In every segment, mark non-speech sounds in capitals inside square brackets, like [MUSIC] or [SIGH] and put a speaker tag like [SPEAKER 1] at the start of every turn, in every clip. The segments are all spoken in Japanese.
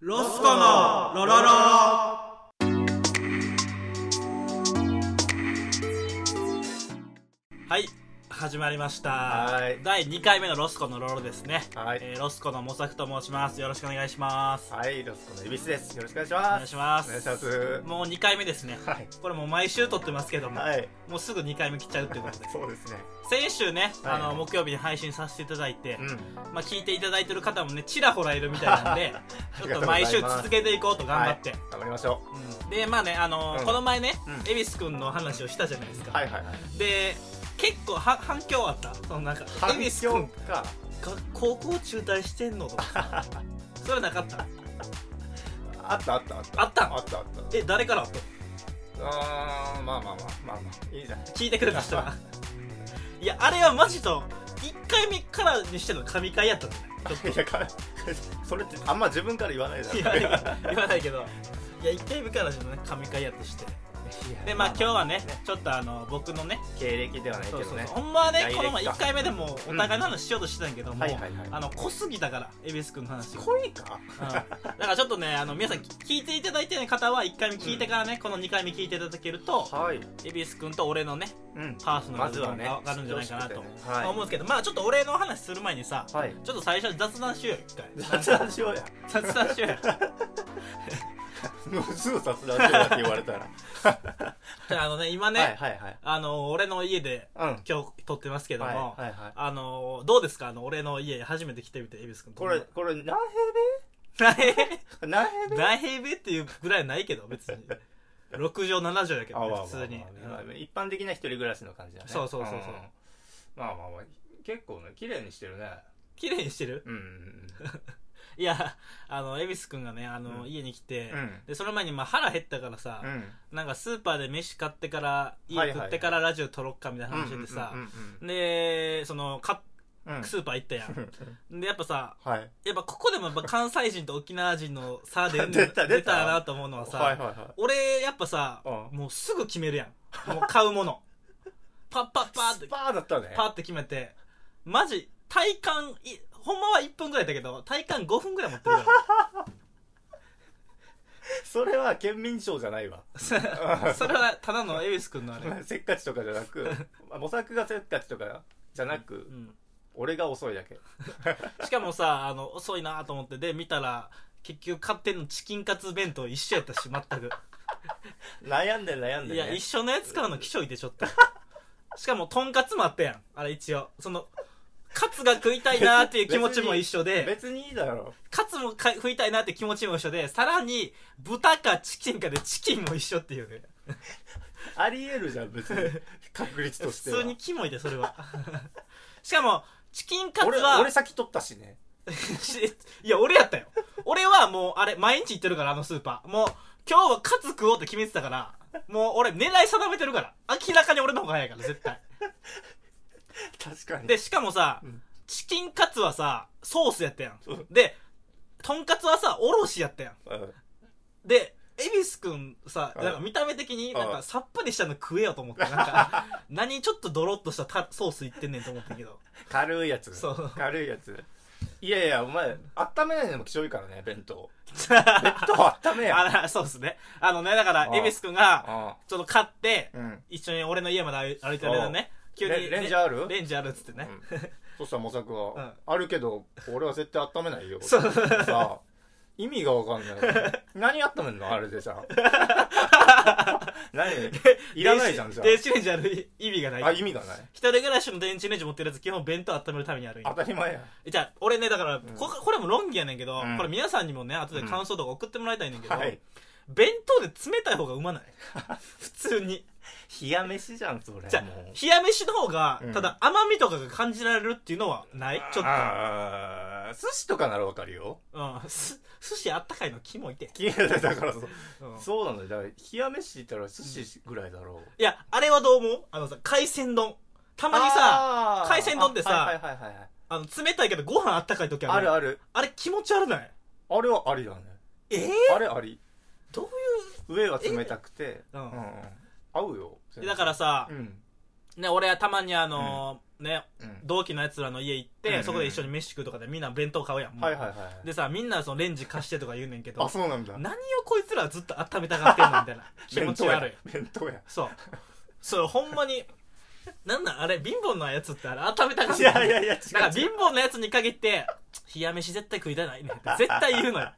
[SPEAKER 1] ロスコのロロロはい始まりました
[SPEAKER 2] はい
[SPEAKER 1] 第2回目のロスコのロロですね、
[SPEAKER 2] はい
[SPEAKER 1] えーロスコのモサクと申しますよろしくお願いします
[SPEAKER 2] はい、ロスコの恵比寿です。よろしくお願いし
[SPEAKER 1] お
[SPEAKER 2] ま
[SPEAKER 1] 願い
[SPEAKER 2] す。
[SPEAKER 1] します
[SPEAKER 2] お願いします
[SPEAKER 1] もう2回目ですね
[SPEAKER 2] はい。
[SPEAKER 1] これもう毎週撮ってますけども、
[SPEAKER 2] はい。
[SPEAKER 1] もうすぐ2回目来ちゃうっていうことで
[SPEAKER 2] そうですね。
[SPEAKER 1] 先週ね、
[SPEAKER 2] はい
[SPEAKER 1] あの木曜日に配信させていただいて、
[SPEAKER 2] うん。
[SPEAKER 1] まあ、聞いていただいてる方もねちらほらいるみたい
[SPEAKER 2] [LAUGHS]
[SPEAKER 1] なんでちょっと毎週続けていこうと頑張って、
[SPEAKER 2] 頑張りましょ
[SPEAKER 1] うんでまあねあのー
[SPEAKER 2] うん
[SPEAKER 1] この前ね
[SPEAKER 2] うん
[SPEAKER 1] 恵比寿君の話をしたじゃないです
[SPEAKER 2] う。
[SPEAKER 1] か、
[SPEAKER 2] はいはいはい。
[SPEAKER 1] で結構は反響あったそのなんか
[SPEAKER 2] 反
[SPEAKER 1] 恵比寿君
[SPEAKER 2] 響か。
[SPEAKER 1] が高校中退してんのとか
[SPEAKER 2] [LAUGHS]
[SPEAKER 1] それなかった
[SPEAKER 2] あったあったあった。
[SPEAKER 1] あった
[SPEAKER 2] あったあった。
[SPEAKER 1] え誰からと
[SPEAKER 2] うーん、まあまあまあまあまあ。いいじゃん。
[SPEAKER 1] 聞いてくれた人がいやあれはマジと1回目からにしての神回やったんじゃない
[SPEAKER 2] いやかそれってあんま自分から言わないじゃん。 [LAUGHS]
[SPEAKER 1] 言わない言わないけどいや1回目からじゃない神回やとしてでまあ今日はねちょっとあの僕のね
[SPEAKER 2] 経歴ではないけ
[SPEAKER 1] そ
[SPEAKER 2] ど
[SPEAKER 1] うそう
[SPEAKER 2] ね
[SPEAKER 1] そう。ほんまはね
[SPEAKER 2] 来歴
[SPEAKER 1] こ
[SPEAKER 2] か
[SPEAKER 1] の前1回目でもお互いの話しようとしてたんやけども、
[SPEAKER 2] はいはいはい。
[SPEAKER 1] あの濃すぎたから恵比寿君の話が、うん、
[SPEAKER 2] 恋か
[SPEAKER 1] だからちょっとねあの皆さん聞いていただいてない方は1回目聞いてからね、この2回目聞いていただけると
[SPEAKER 2] はい。
[SPEAKER 1] 恵比寿君と俺のね
[SPEAKER 2] うん。
[SPEAKER 1] パーソナ
[SPEAKER 2] ま
[SPEAKER 1] ル
[SPEAKER 2] ず
[SPEAKER 1] が
[SPEAKER 2] はね。
[SPEAKER 1] 分かるんじゃないかなと、
[SPEAKER 2] 知ってほしくてねはい
[SPEAKER 1] 思うんですけどまあちょっと俺の話する前にさ
[SPEAKER 2] はい。
[SPEAKER 1] ちょっと最初に雑談しようよ一
[SPEAKER 2] [LAUGHS]
[SPEAKER 1] 回
[SPEAKER 2] 雑談しようや。
[SPEAKER 1] 雑談しようよじ
[SPEAKER 2] もうすぐ雑談しようやって言われ
[SPEAKER 1] [LAUGHS]
[SPEAKER 2] たら。
[SPEAKER 1] ゃああのね今ね、
[SPEAKER 2] はいはいはい。
[SPEAKER 1] あの俺の家で
[SPEAKER 2] うん。
[SPEAKER 1] 今日撮ってますけども、
[SPEAKER 2] はいはいはい。
[SPEAKER 1] あのどうですかあの俺の家初めて来てみて恵比寿君と
[SPEAKER 2] これ、これ何平
[SPEAKER 1] [LAUGHS]
[SPEAKER 2] 米何平米
[SPEAKER 1] 大平米っていうぐらいないけど別に6畳7畳やけどね、普通に、
[SPEAKER 2] まあまあ一般的な一人暮らしの感じだね
[SPEAKER 1] そうそうそうそうん
[SPEAKER 2] まあまあまあ結構ね綺麗にしてるね
[SPEAKER 1] 綺麗にしてる
[SPEAKER 2] うんうん
[SPEAKER 1] いやあの恵比寿君がねあの、
[SPEAKER 2] うん
[SPEAKER 1] 家に来て、
[SPEAKER 2] うん
[SPEAKER 1] でその前にまあ腹減ったからさ、
[SPEAKER 2] うん
[SPEAKER 1] なんかスーパーで飯買ってから
[SPEAKER 2] は
[SPEAKER 1] 家
[SPEAKER 2] いはい
[SPEAKER 1] 食
[SPEAKER 2] はい
[SPEAKER 1] ってからラジオ撮ろっかみたいな話しててさ、
[SPEAKER 2] うん
[SPEAKER 1] でそのカ
[SPEAKER 2] うんうんうん
[SPEAKER 1] スーパー行ったやん、でやっぱさ
[SPEAKER 2] はい
[SPEAKER 1] やっぱここでもやっぱ関西人と沖縄人の差出
[SPEAKER 2] [LAUGHS] 出た出た
[SPEAKER 1] なと思うのはさ、
[SPEAKER 2] はいはいは
[SPEAKER 1] 俺やっぱさ、
[SPEAKER 2] うん
[SPEAKER 1] もうすぐ決めるやんもう買うものパッパッパーっ
[SPEAKER 2] い
[SPEAKER 1] て
[SPEAKER 2] スパーだったね
[SPEAKER 1] パーって決めてマジ体感いほんまは1分ぐらいだけど体感5分ぐらい持って
[SPEAKER 2] [LAUGHS]
[SPEAKER 1] る
[SPEAKER 2] それは県民賞じゃないわ
[SPEAKER 1] からそれはただの恵比寿君のあれ、
[SPEAKER 2] せっかちとかじゃな
[SPEAKER 1] [LAUGHS]
[SPEAKER 2] くまあ模索がせっかちとかじゃなく
[SPEAKER 1] うん
[SPEAKER 2] 俺が遅いだけ
[SPEAKER 1] しかもさあの遅いなと思ってで見たら結局買ってんのチキンカツ弁当一緒やったし全く、
[SPEAKER 2] 悩んで悩んで
[SPEAKER 1] いや
[SPEAKER 2] ね
[SPEAKER 1] 一緒のやつ買うのきしょいでちょっ
[SPEAKER 2] [LAUGHS]
[SPEAKER 1] としかもとんかつもあったやんあれ一応そのカツが食いたいなっていう気持ちも一緒で
[SPEAKER 2] [LAUGHS] 別にいいだろ
[SPEAKER 1] カツもか食いたいなって気持ちも一緒で、さらに、豚かチキンかでチキンも一緒っていうね。
[SPEAKER 2] ありえるじゃん
[SPEAKER 1] [LAUGHS]
[SPEAKER 2] 別に確率と
[SPEAKER 1] 普
[SPEAKER 2] しては
[SPEAKER 1] 通にキモいで、それは。 [LAUGHS] しかも、チキンカツ
[SPEAKER 2] 俺
[SPEAKER 1] は
[SPEAKER 2] 俺、先取ったしね
[SPEAKER 1] [LAUGHS] いや、俺やったよ。俺はもう、あれ、毎日行ってるから、あのスーパー。もう、今日はカツ食おうって決めてたから、もう俺狙い定めてるから。明らかに俺の方が早いから、絶対。
[SPEAKER 2] 確かに
[SPEAKER 1] で、しかもさ、
[SPEAKER 2] うん
[SPEAKER 1] チキンカツはさ、ソースやったやん
[SPEAKER 2] うん。
[SPEAKER 1] で、とんかつはさ、おろしやったやん。
[SPEAKER 2] うん
[SPEAKER 1] で、恵比寿くんさ、
[SPEAKER 2] うん
[SPEAKER 1] なんか見た目的になん
[SPEAKER 2] う
[SPEAKER 1] か
[SPEAKER 2] ん
[SPEAKER 1] さっぱりしたの食えよと思って、なんか、
[SPEAKER 2] [LAUGHS]
[SPEAKER 1] 何ちょっとドロッとしたたソースいってんねんと思ったけど。
[SPEAKER 2] 軽いやつ
[SPEAKER 1] そう
[SPEAKER 2] 軽いやついやいやお前温めないのも貴重いからね弁
[SPEAKER 1] [LAUGHS]
[SPEAKER 2] 当弁当温めや
[SPEAKER 1] あら、そうですね。あのね、だから
[SPEAKER 2] う、ん
[SPEAKER 1] 恵比寿くんが、
[SPEAKER 2] あ
[SPEAKER 1] ちょっと買って、
[SPEAKER 2] うん
[SPEAKER 1] 一緒に俺の家まで歩いてる間ね、急に、
[SPEAKER 2] レ
[SPEAKER 1] ね
[SPEAKER 2] レンジャーある
[SPEAKER 1] レンジあるっつってね。
[SPEAKER 2] うんそしたら模索は、
[SPEAKER 1] うん
[SPEAKER 2] あるけど俺は絶対温めないよ
[SPEAKER 1] そう
[SPEAKER 2] さあ意味がわかんない何温めんのあれ
[SPEAKER 1] [LAUGHS]
[SPEAKER 2] でさ何いらないじゃんじゃ
[SPEAKER 1] 電子電子レンジある意味が
[SPEAKER 2] ああ
[SPEAKER 1] ない。
[SPEAKER 2] 意味がない
[SPEAKER 1] 一人暮らしの電子レンジ持ってるやつ基本弁当温めるためにあるん
[SPEAKER 2] 当
[SPEAKER 1] よ
[SPEAKER 2] たり前や
[SPEAKER 1] じゃあ、俺ね、だから、ここれも論議やねんけど、
[SPEAKER 2] うん
[SPEAKER 1] これ皆さんにもね、後で感想とか送ってもらいたいねんけど、
[SPEAKER 2] はい
[SPEAKER 1] 弁当で冷たい方がうまない [LAUGHS] 普通に
[SPEAKER 2] 冷や飯じゃんそれ
[SPEAKER 1] じゃあ
[SPEAKER 2] もう
[SPEAKER 1] 冷や飯の方が、
[SPEAKER 2] うん
[SPEAKER 1] ただ甘みとかが感じられるっていうのはないちょっ
[SPEAKER 2] あー寿司とかならわかるよ
[SPEAKER 1] と、うん、す [LAUGHS] 寿司あったかいのキモいて、
[SPEAKER 2] 消えただからそう
[SPEAKER 1] うんい
[SPEAKER 2] そうなのよだから冷や飯って言ったら寿司ぐらいだろう、
[SPEAKER 1] やあれはどう思うあのさ海鮮丼たまにさあ
[SPEAKER 2] あー
[SPEAKER 1] 海鮮丼ってさ
[SPEAKER 2] あはいはいはいはい
[SPEAKER 1] の冷たいけどご飯あったかい時ある
[SPEAKER 2] ある
[SPEAKER 1] あ
[SPEAKER 2] ある
[SPEAKER 1] れ気持ち悪ない
[SPEAKER 2] あれはありだね
[SPEAKER 1] えー、
[SPEAKER 2] あれあり
[SPEAKER 1] どうい
[SPEAKER 2] 上は冷たくて、
[SPEAKER 1] えうん
[SPEAKER 2] 合うよ
[SPEAKER 1] うだからさ
[SPEAKER 2] う、ん
[SPEAKER 1] ね、俺はたまにあのーね、
[SPEAKER 2] うん
[SPEAKER 1] 同期のやつらの家行って、
[SPEAKER 2] うんうん
[SPEAKER 1] そこで一緒に飯食うとかでみんな弁当買うやん、もう
[SPEAKER 2] はいはいはい
[SPEAKER 1] でさみんなそのレンジ貸してとか言うねんけど
[SPEAKER 2] あそうなんだ
[SPEAKER 1] 何をこいつらはずっと温めたがってんのみたいな気持
[SPEAKER 2] [LAUGHS] 弁
[SPEAKER 1] ち
[SPEAKER 2] 当や
[SPEAKER 1] 悪い
[SPEAKER 2] 弁当や
[SPEAKER 1] そうそうほんまになんなんあれ貧乏なやつってあれ温めたがっ
[SPEAKER 2] い
[SPEAKER 1] てんの
[SPEAKER 2] やいやいや違
[SPEAKER 1] なんか
[SPEAKER 2] う違う
[SPEAKER 1] 貧乏なやつに限って冷や飯絶対食いたないねって絶対言うの
[SPEAKER 2] [LAUGHS]
[SPEAKER 1] よ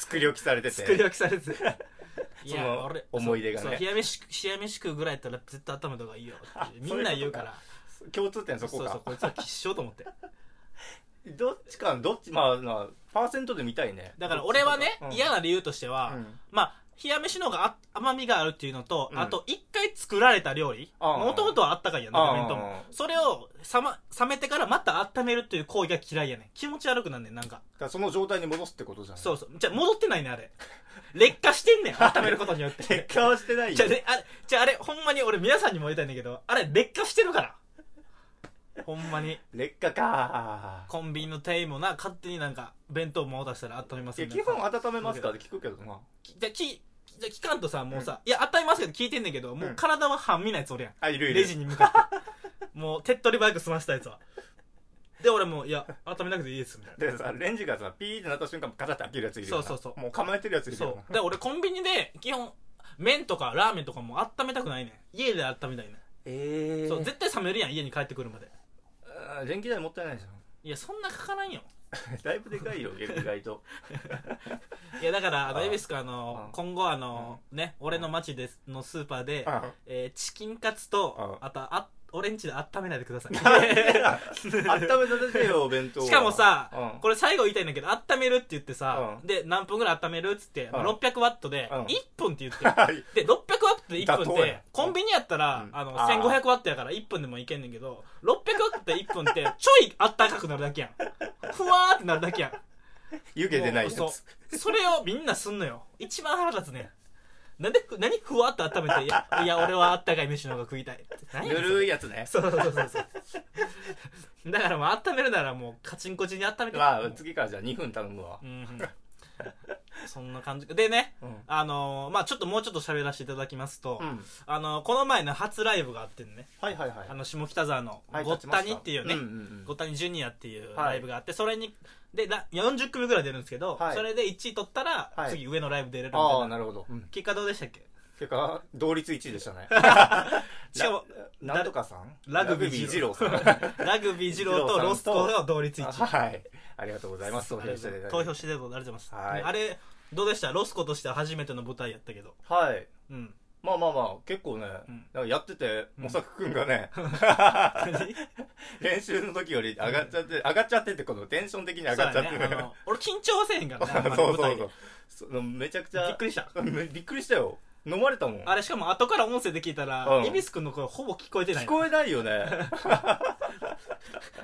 [SPEAKER 2] 作り置きされてて
[SPEAKER 1] 作り置きされてい
[SPEAKER 2] その
[SPEAKER 1] 俺
[SPEAKER 2] 思い出がね
[SPEAKER 1] そう冷や飯冷や飯食うぐらいやったら絶対温めた方がいいよってみんな言うから
[SPEAKER 2] 共通点そこ
[SPEAKER 1] そう
[SPEAKER 2] か
[SPEAKER 1] そうこいつはきっしょうと思って
[SPEAKER 2] どっちかどっちまあまあパーセントで見たいね
[SPEAKER 1] だから俺はね、
[SPEAKER 2] うん
[SPEAKER 1] 嫌な理由としては、
[SPEAKER 2] うん
[SPEAKER 1] まあ冷や飯の方があ甘みがあるっていうのと、
[SPEAKER 2] うん
[SPEAKER 1] あと一回作られた料理
[SPEAKER 2] ああ
[SPEAKER 1] もともとはあったかいやん
[SPEAKER 2] あ
[SPEAKER 1] 中
[SPEAKER 2] あ
[SPEAKER 1] 弁当もそれを冷,、ま、冷めてからまた温めるっていう行為が嫌いやねん気持ち悪くなんねんなんか
[SPEAKER 2] だからその状態に戻すってことじゃん
[SPEAKER 1] そうそうじゃあ戻ってないねんあれ劣化してんねん温めることによっ [LAUGHS] て
[SPEAKER 2] 結果はしてないよ
[SPEAKER 1] じゃあねあれじゃああれほんまに俺皆さんにも言いたいんだけどあれ劣化してるからほんまに
[SPEAKER 2] 劣化か
[SPEAKER 1] コンビニの店員もな勝手になんか弁当も出したら温めます
[SPEAKER 2] いや
[SPEAKER 1] みたい
[SPEAKER 2] 基
[SPEAKER 1] な
[SPEAKER 2] 本温めますかって聞くけどな
[SPEAKER 1] きじゃあきじゃあ聞かんとさもうさ、いや当たりますけど聞いてんねんけどもううん体は半身なやつおるやん、
[SPEAKER 2] あいるいる
[SPEAKER 1] レジに向かって [LAUGHS] もう手っ取り早く済ましたやつはで俺もういや温めなくていいですみたい
[SPEAKER 2] でさレンジがさピーってなった瞬間ガチャって開けるやついるよな
[SPEAKER 1] そうそうそう
[SPEAKER 2] もう構えてるやつい
[SPEAKER 1] な
[SPEAKER 2] るよ
[SPEAKER 1] そうで俺コンビニで基本麺とかラーメンとかも温めたくないねん家で温めたいねん、
[SPEAKER 2] ええ
[SPEAKER 1] そう絶対冷めるやん家に帰ってくるまで
[SPEAKER 2] 電気代もったいないじゃ
[SPEAKER 1] いやそんなかからんよ
[SPEAKER 2] んだいぶでかいよ意外と
[SPEAKER 1] いやだからあの
[SPEAKER 2] あ
[SPEAKER 1] 恵比寿かあの
[SPEAKER 2] うん
[SPEAKER 1] 今後あの、ね俺の町でのスーパーで、
[SPEAKER 2] あ
[SPEAKER 1] えーチキンカツと
[SPEAKER 2] う
[SPEAKER 1] あとあ俺んちで温めないでくだ
[SPEAKER 2] [LAUGHS]
[SPEAKER 1] さい
[SPEAKER 2] 温めさせてよ弁当は
[SPEAKER 1] しかもさ、
[SPEAKER 2] うん
[SPEAKER 1] これ最後言いたいんだけど、温めるって言ってさ、
[SPEAKER 2] う
[SPEAKER 1] で、何分ぐらい温めるっつって、まあ
[SPEAKER 2] うん
[SPEAKER 1] 600ワットで、
[SPEAKER 2] うん
[SPEAKER 1] 1分って言ってる。で、600ワットで1分
[SPEAKER 2] 妥
[SPEAKER 1] っ
[SPEAKER 2] 当
[SPEAKER 1] て
[SPEAKER 2] や、
[SPEAKER 1] コンビニやったら
[SPEAKER 2] う、ん
[SPEAKER 1] あの、
[SPEAKER 2] あー
[SPEAKER 1] 1500ワットやから1分でもいけんねんけど、600ワットで1分って、ちょいあったかくなるだけやん。ふわーってなるだけやん。
[SPEAKER 2] 湯気出ないやつ
[SPEAKER 1] もうそうそれをみんなすんのよ。一番腹立つねん。なんで、何ふわっと温めて、いや、いや俺はあったかい飯の方が食いたいって。何
[SPEAKER 2] ぬ
[SPEAKER 1] やねんそれ
[SPEAKER 2] るいやつね
[SPEAKER 1] そうそうそうそう。だからもう温めるならもうカチンコチンに温めて。
[SPEAKER 2] まあ次からじゃあ2分頼むわ
[SPEAKER 1] うんうん。そんな感じ。でね、
[SPEAKER 2] うん
[SPEAKER 1] あのーまあちょっともうちょっと喋らせていただきますと、
[SPEAKER 2] うん
[SPEAKER 1] あのーこの前の初ライブがあってね、
[SPEAKER 2] はいはいはい
[SPEAKER 1] あの、下北沢の
[SPEAKER 2] はい
[SPEAKER 1] ごっ
[SPEAKER 2] 立ちま
[SPEAKER 1] た
[SPEAKER 2] した
[SPEAKER 1] にっていうね、
[SPEAKER 2] んんん
[SPEAKER 1] ごったにジュニアっていう
[SPEAKER 2] はい
[SPEAKER 1] ライブがあって、それに、で、ら40組ぐらい出るんですけど、
[SPEAKER 2] はい
[SPEAKER 1] それで1位取ったら、
[SPEAKER 2] はい
[SPEAKER 1] 次上のライブ出れるみたい
[SPEAKER 2] ああ
[SPEAKER 1] な。
[SPEAKER 2] なるほどうん
[SPEAKER 1] 結果どうでしたっけ
[SPEAKER 2] てか同率1位でしたね
[SPEAKER 1] [LAUGHS] しか
[SPEAKER 2] [LAUGHS]
[SPEAKER 1] も、
[SPEAKER 2] ななんとかさん
[SPEAKER 1] ラグビー
[SPEAKER 2] 二郎さん
[SPEAKER 1] ラグビー二郎とロスコが同率1位。
[SPEAKER 2] [LAUGHS] はいありがとうございます投
[SPEAKER 1] ありが
[SPEAKER 2] 票し
[SPEAKER 1] と
[SPEAKER 2] て
[SPEAKER 1] う
[SPEAKER 2] いただいて
[SPEAKER 1] 投票していただいてありがとうございます。
[SPEAKER 2] はい
[SPEAKER 1] あれ、どうでしたロスコとしては初めての舞台やったけど。
[SPEAKER 2] はい
[SPEAKER 1] うん。
[SPEAKER 2] まあまあまあ結構ね [LAUGHS]
[SPEAKER 1] うん
[SPEAKER 2] なんかやってて
[SPEAKER 1] うん
[SPEAKER 2] もさくくんがね [LAUGHS]
[SPEAKER 1] [LAUGHS] 何
[SPEAKER 2] 練習の時より上がっちゃって上がっちゃってってこのテンション的に上がっちゃって
[SPEAKER 1] そうやねあの俺緊張はせえへんからね、あんまり
[SPEAKER 2] [LAUGHS] そう
[SPEAKER 1] 舞
[SPEAKER 2] そ
[SPEAKER 1] 台
[SPEAKER 2] う
[SPEAKER 1] で
[SPEAKER 2] そうそのめちゃくち
[SPEAKER 1] びっ
[SPEAKER 2] ゃ
[SPEAKER 1] くりした。
[SPEAKER 2] め [LAUGHS] びっくりしたよ飲まれたもん
[SPEAKER 1] あれしかも後から音声で聞いたら、
[SPEAKER 2] うん
[SPEAKER 1] 恵比寿くんの声ほぼ聞こえてない
[SPEAKER 2] 聞。こえないよね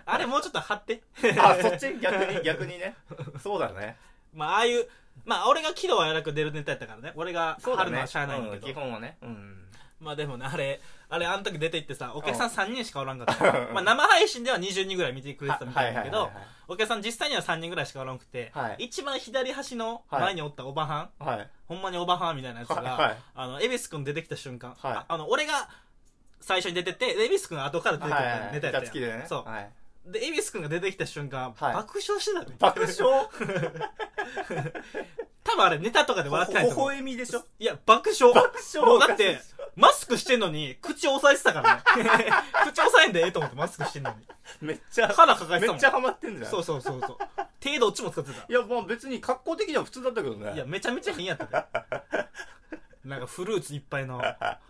[SPEAKER 1] あれもうちょっと張って。
[SPEAKER 2] [LAUGHS] あそっち逆
[SPEAKER 1] [LAUGHS]
[SPEAKER 2] に逆にねそうだね
[SPEAKER 1] まあああいう、まあ俺が喜怒哀楽出るネタやったからね。俺が
[SPEAKER 2] そう
[SPEAKER 1] 張
[SPEAKER 2] だ
[SPEAKER 1] る
[SPEAKER 2] ね
[SPEAKER 1] のはしゃあないんだ
[SPEAKER 2] うん
[SPEAKER 1] け
[SPEAKER 2] 基
[SPEAKER 1] ど。
[SPEAKER 2] 本はねうん
[SPEAKER 1] まあでもね、あれ、あれあの時出て行ってさ、お客さん
[SPEAKER 2] う
[SPEAKER 1] 3人しかおらんかった。
[SPEAKER 2] うん
[SPEAKER 1] まあ生配信では20人ぐらい見てくれてたみたいだけ
[SPEAKER 2] は
[SPEAKER 1] ど、お客さん実際には3人ぐらいしかおらんくて、
[SPEAKER 2] はい
[SPEAKER 1] 一番左端の前におったおばはん、
[SPEAKER 2] いはいはいはい
[SPEAKER 1] ほんまにおばはんみたいなやつが、
[SPEAKER 2] はい
[SPEAKER 1] あの、恵比寿くん出てきた瞬間、
[SPEAKER 2] はい
[SPEAKER 1] ああの、俺が最初に出てて、で恵比寿くんが後から出てくる
[SPEAKER 2] はい
[SPEAKER 1] ネタや
[SPEAKER 2] 板
[SPEAKER 1] った
[SPEAKER 2] 付き
[SPEAKER 1] やん
[SPEAKER 2] でね
[SPEAKER 1] そう。
[SPEAKER 2] はい
[SPEAKER 1] で、恵比寿くんが出てきた瞬間、
[SPEAKER 2] はい
[SPEAKER 1] 爆笑してたね。
[SPEAKER 2] 爆笑
[SPEAKER 1] 多分あれネタとかで笑ってない
[SPEAKER 2] ほ
[SPEAKER 1] と
[SPEAKER 2] ほ
[SPEAKER 1] 思う。
[SPEAKER 2] 笑みでしょ
[SPEAKER 1] いや、爆笑。
[SPEAKER 2] 爆笑
[SPEAKER 1] もうだって、マスクしてんのに、口押さえてたからね。 [LAUGHS] 口押さえんでええと思ってマスクしてんのに。
[SPEAKER 2] めっちゃ
[SPEAKER 1] 腹抱えて
[SPEAKER 2] め
[SPEAKER 1] たも
[SPEAKER 2] っ
[SPEAKER 1] ん
[SPEAKER 2] ち。ゃハマってんじゃん
[SPEAKER 1] そうそうそうそう。手どっちも使ってた。
[SPEAKER 2] いやまあ別に格好的には普通だったけどね
[SPEAKER 1] いや、めちゃめちゃ変やったで。なんかフルーツいっぱいの。
[SPEAKER 2] あ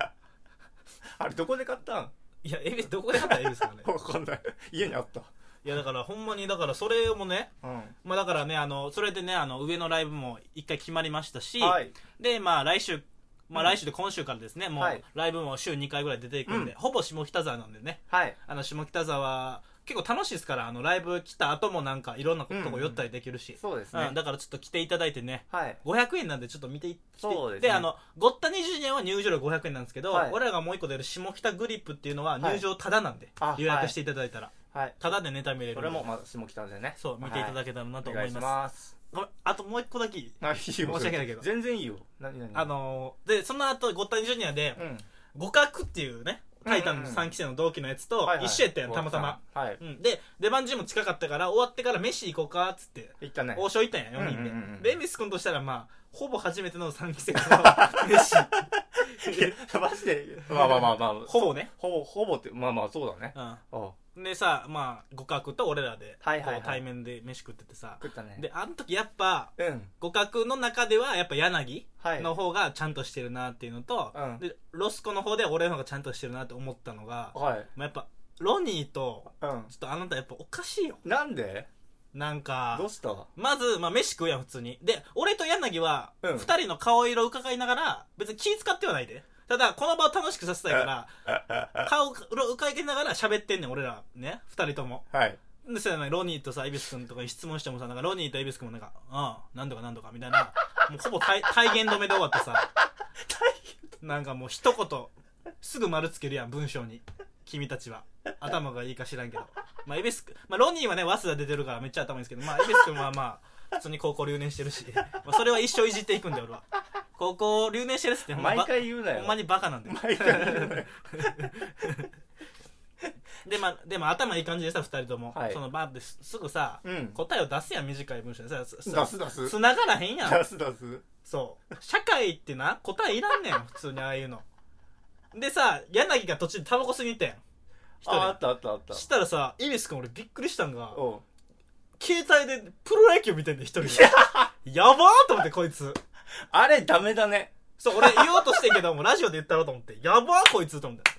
[SPEAKER 2] れどこで買ったん
[SPEAKER 1] いや、エビ、どこで買ったらエビですかね。
[SPEAKER 2] わかんない家にあった
[SPEAKER 1] いや、だからほんまに、だからそれもね、
[SPEAKER 2] うん
[SPEAKER 1] まあだからね、あの、それでね、あの、上のライブも一回決まりましたし、
[SPEAKER 2] はい
[SPEAKER 1] で、まあ来週、まあ
[SPEAKER 2] うん
[SPEAKER 1] 来週で今週からですね、もう
[SPEAKER 2] はい
[SPEAKER 1] ライブも週2回ぐらい出ていくんで、
[SPEAKER 2] う
[SPEAKER 1] ほぼ下北沢なんでね、
[SPEAKER 2] はい
[SPEAKER 1] あの、下北沢、結構楽しいですから、あの、ライブ来た後もなんかいろんなとこ寄ったりできるし、
[SPEAKER 2] そうです
[SPEAKER 1] うん
[SPEAKER 2] ね
[SPEAKER 1] だからちょっと来ていただいてね、
[SPEAKER 2] はい
[SPEAKER 1] 500円なんでちょっと見ていって
[SPEAKER 2] そうですね
[SPEAKER 1] であのゴッタ20円は入場料500円なんですけど、
[SPEAKER 2] はい
[SPEAKER 1] 俺らがもう一個出る下北グリップっていうのは
[SPEAKER 2] はい
[SPEAKER 1] 入場タダなんで、
[SPEAKER 2] あ
[SPEAKER 1] 予約していただいたら、
[SPEAKER 2] はい
[SPEAKER 1] タダでネタ見れるんで
[SPEAKER 2] これもまあ下北でね
[SPEAKER 1] そう見ていただ
[SPEAKER 2] け
[SPEAKER 1] けたらなと
[SPEAKER 2] お
[SPEAKER 1] 思い
[SPEAKER 2] 願い
[SPEAKER 1] ます,
[SPEAKER 2] し
[SPEAKER 1] ごめん、
[SPEAKER 2] ます
[SPEAKER 1] あともう一個だけいい
[SPEAKER 2] あいいよ申し
[SPEAKER 1] 訳ないけど
[SPEAKER 2] 全然いいよ何何
[SPEAKER 1] あのーでその後ゴッタ20円で
[SPEAKER 2] うん
[SPEAKER 1] 五角っていうね「タイタン」の3期生の同期のやつと一緒やったやんたまたま、
[SPEAKER 2] はい
[SPEAKER 1] うん、で出番時も近かったから終わってから飯行こうかっつって
[SPEAKER 2] 行ったね
[SPEAKER 1] 王将行ったんや4人で、
[SPEAKER 2] うんうんうん
[SPEAKER 1] で恵比寿君としたらまあほぼ初めての3期生
[SPEAKER 2] [LAUGHS]
[SPEAKER 1] の飯
[SPEAKER 2] いやマジでまあまあまあまあ
[SPEAKER 1] ほぼね、
[SPEAKER 2] ほぼほぼってまあまあそうだね
[SPEAKER 1] うん
[SPEAKER 2] お
[SPEAKER 1] でさまあ五角と俺らで、
[SPEAKER 2] はいはいはい
[SPEAKER 1] こう対面で飯食っててさ
[SPEAKER 2] 食ったね
[SPEAKER 1] であの時やっぱ
[SPEAKER 2] うん
[SPEAKER 1] 互角の中ではやっぱ柳
[SPEAKER 2] はい
[SPEAKER 1] の方がちゃんとしてるなっていうのと、
[SPEAKER 2] うん
[SPEAKER 1] でロスコの方では俺の方がちゃんとしてるなって思ったのが、
[SPEAKER 2] はい
[SPEAKER 1] まあ、やっぱロニーと
[SPEAKER 2] うん
[SPEAKER 1] ちょっとあなたやっぱおかしいよ
[SPEAKER 2] なんで
[SPEAKER 1] なんか
[SPEAKER 2] どうした
[SPEAKER 1] まず、まあ、飯食うやん普通にで俺と柳は
[SPEAKER 2] うん
[SPEAKER 1] 二人の顔色を伺いながら別に気使ってはないでただこの場を楽しくさせたいから顔色を伺いながら喋ってんねん俺らね二人とも
[SPEAKER 2] はい
[SPEAKER 1] でそうやねロニーとさ恵比寿君とかに質問してもさなんかロニーと恵比寿君もなんか「ああ何とか何とか」みたいなもうほぼ体体言止めで終わってさなんかもう一言すぐ丸つけるやん文章に君たちは頭がいいか知らんけどまあ恵比寿君まあロニーはね早稲田出てるからめっちゃ頭いいんですけどまあ恵比寿君はまあ普通に高校留年してるし、まあ、それは一生いじっていくんだよ俺は高校留年してるっつってほんま
[SPEAKER 2] 毎回言うな
[SPEAKER 1] ほ
[SPEAKER 2] よ
[SPEAKER 1] んまにバカなんで
[SPEAKER 2] 毎回言うなよ
[SPEAKER 1] でまあでも頭いい感じでさ二人とも、
[SPEAKER 2] はい
[SPEAKER 1] そのバーってすすぐさ、
[SPEAKER 2] うん
[SPEAKER 1] 答えを出すやん短い文章でさすす
[SPEAKER 2] 出す出す
[SPEAKER 1] 繋がらへんやん
[SPEAKER 2] 出す出す
[SPEAKER 1] そう社会ってな答えいらんねん普通にああいうのでさ柳が途中でタバコ吸いに行ったやん
[SPEAKER 2] ああ
[SPEAKER 1] 一
[SPEAKER 2] ったあったあった
[SPEAKER 1] 人したらさ恵比寿君俺びっくりしたんが
[SPEAKER 2] おう
[SPEAKER 1] 携帯でプロ野球見てんねん一人でやばーと思ってこいつ
[SPEAKER 2] あれダメだね
[SPEAKER 1] そう、俺言おうとしてんけど、もうラジオで言ったろうと思って、やばーこいつと思って。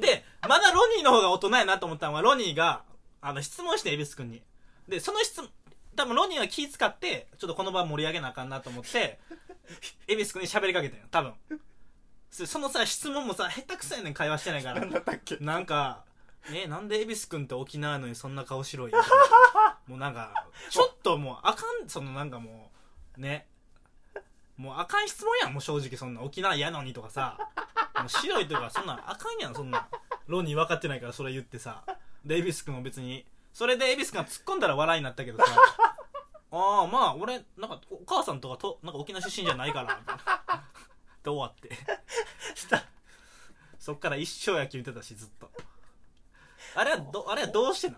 [SPEAKER 1] で、まだロニーの方が大人やなと思ったのは、ロニーが、あの、質問して、エビス君に。で、その質問、多分ロニーは気使って、ちょっとこの場盛り上げなあかんなと思って、エビス君に喋りかけてんよ、多分。そそのさ、質問もさ、下手くそやねん、会話してないから
[SPEAKER 2] なん。だったっけ
[SPEAKER 1] なんか、ね、なんで恵比寿君って沖縄のにそんな顔 [LAUGHS] 白いもうなんか、ちょっともうあかん、そのなんかもう、ね。もうあかん質問やん、もう正直そんな沖縄やのにとかさ。もう白いとかそんなんあかんやん、そんなん。ロニー分かってないからそれ言ってさ。で、恵比寿君も別に。それで恵比寿君が突っ込んだら笑いになったけ [LAUGHS] どさ。ああ、まあ俺、なんかお母さんとかと、なんか沖縄出身じゃないから、みたいな。で終わって。そっから一生野球見てたし、ずっと。あれはど、あれはどうしてなん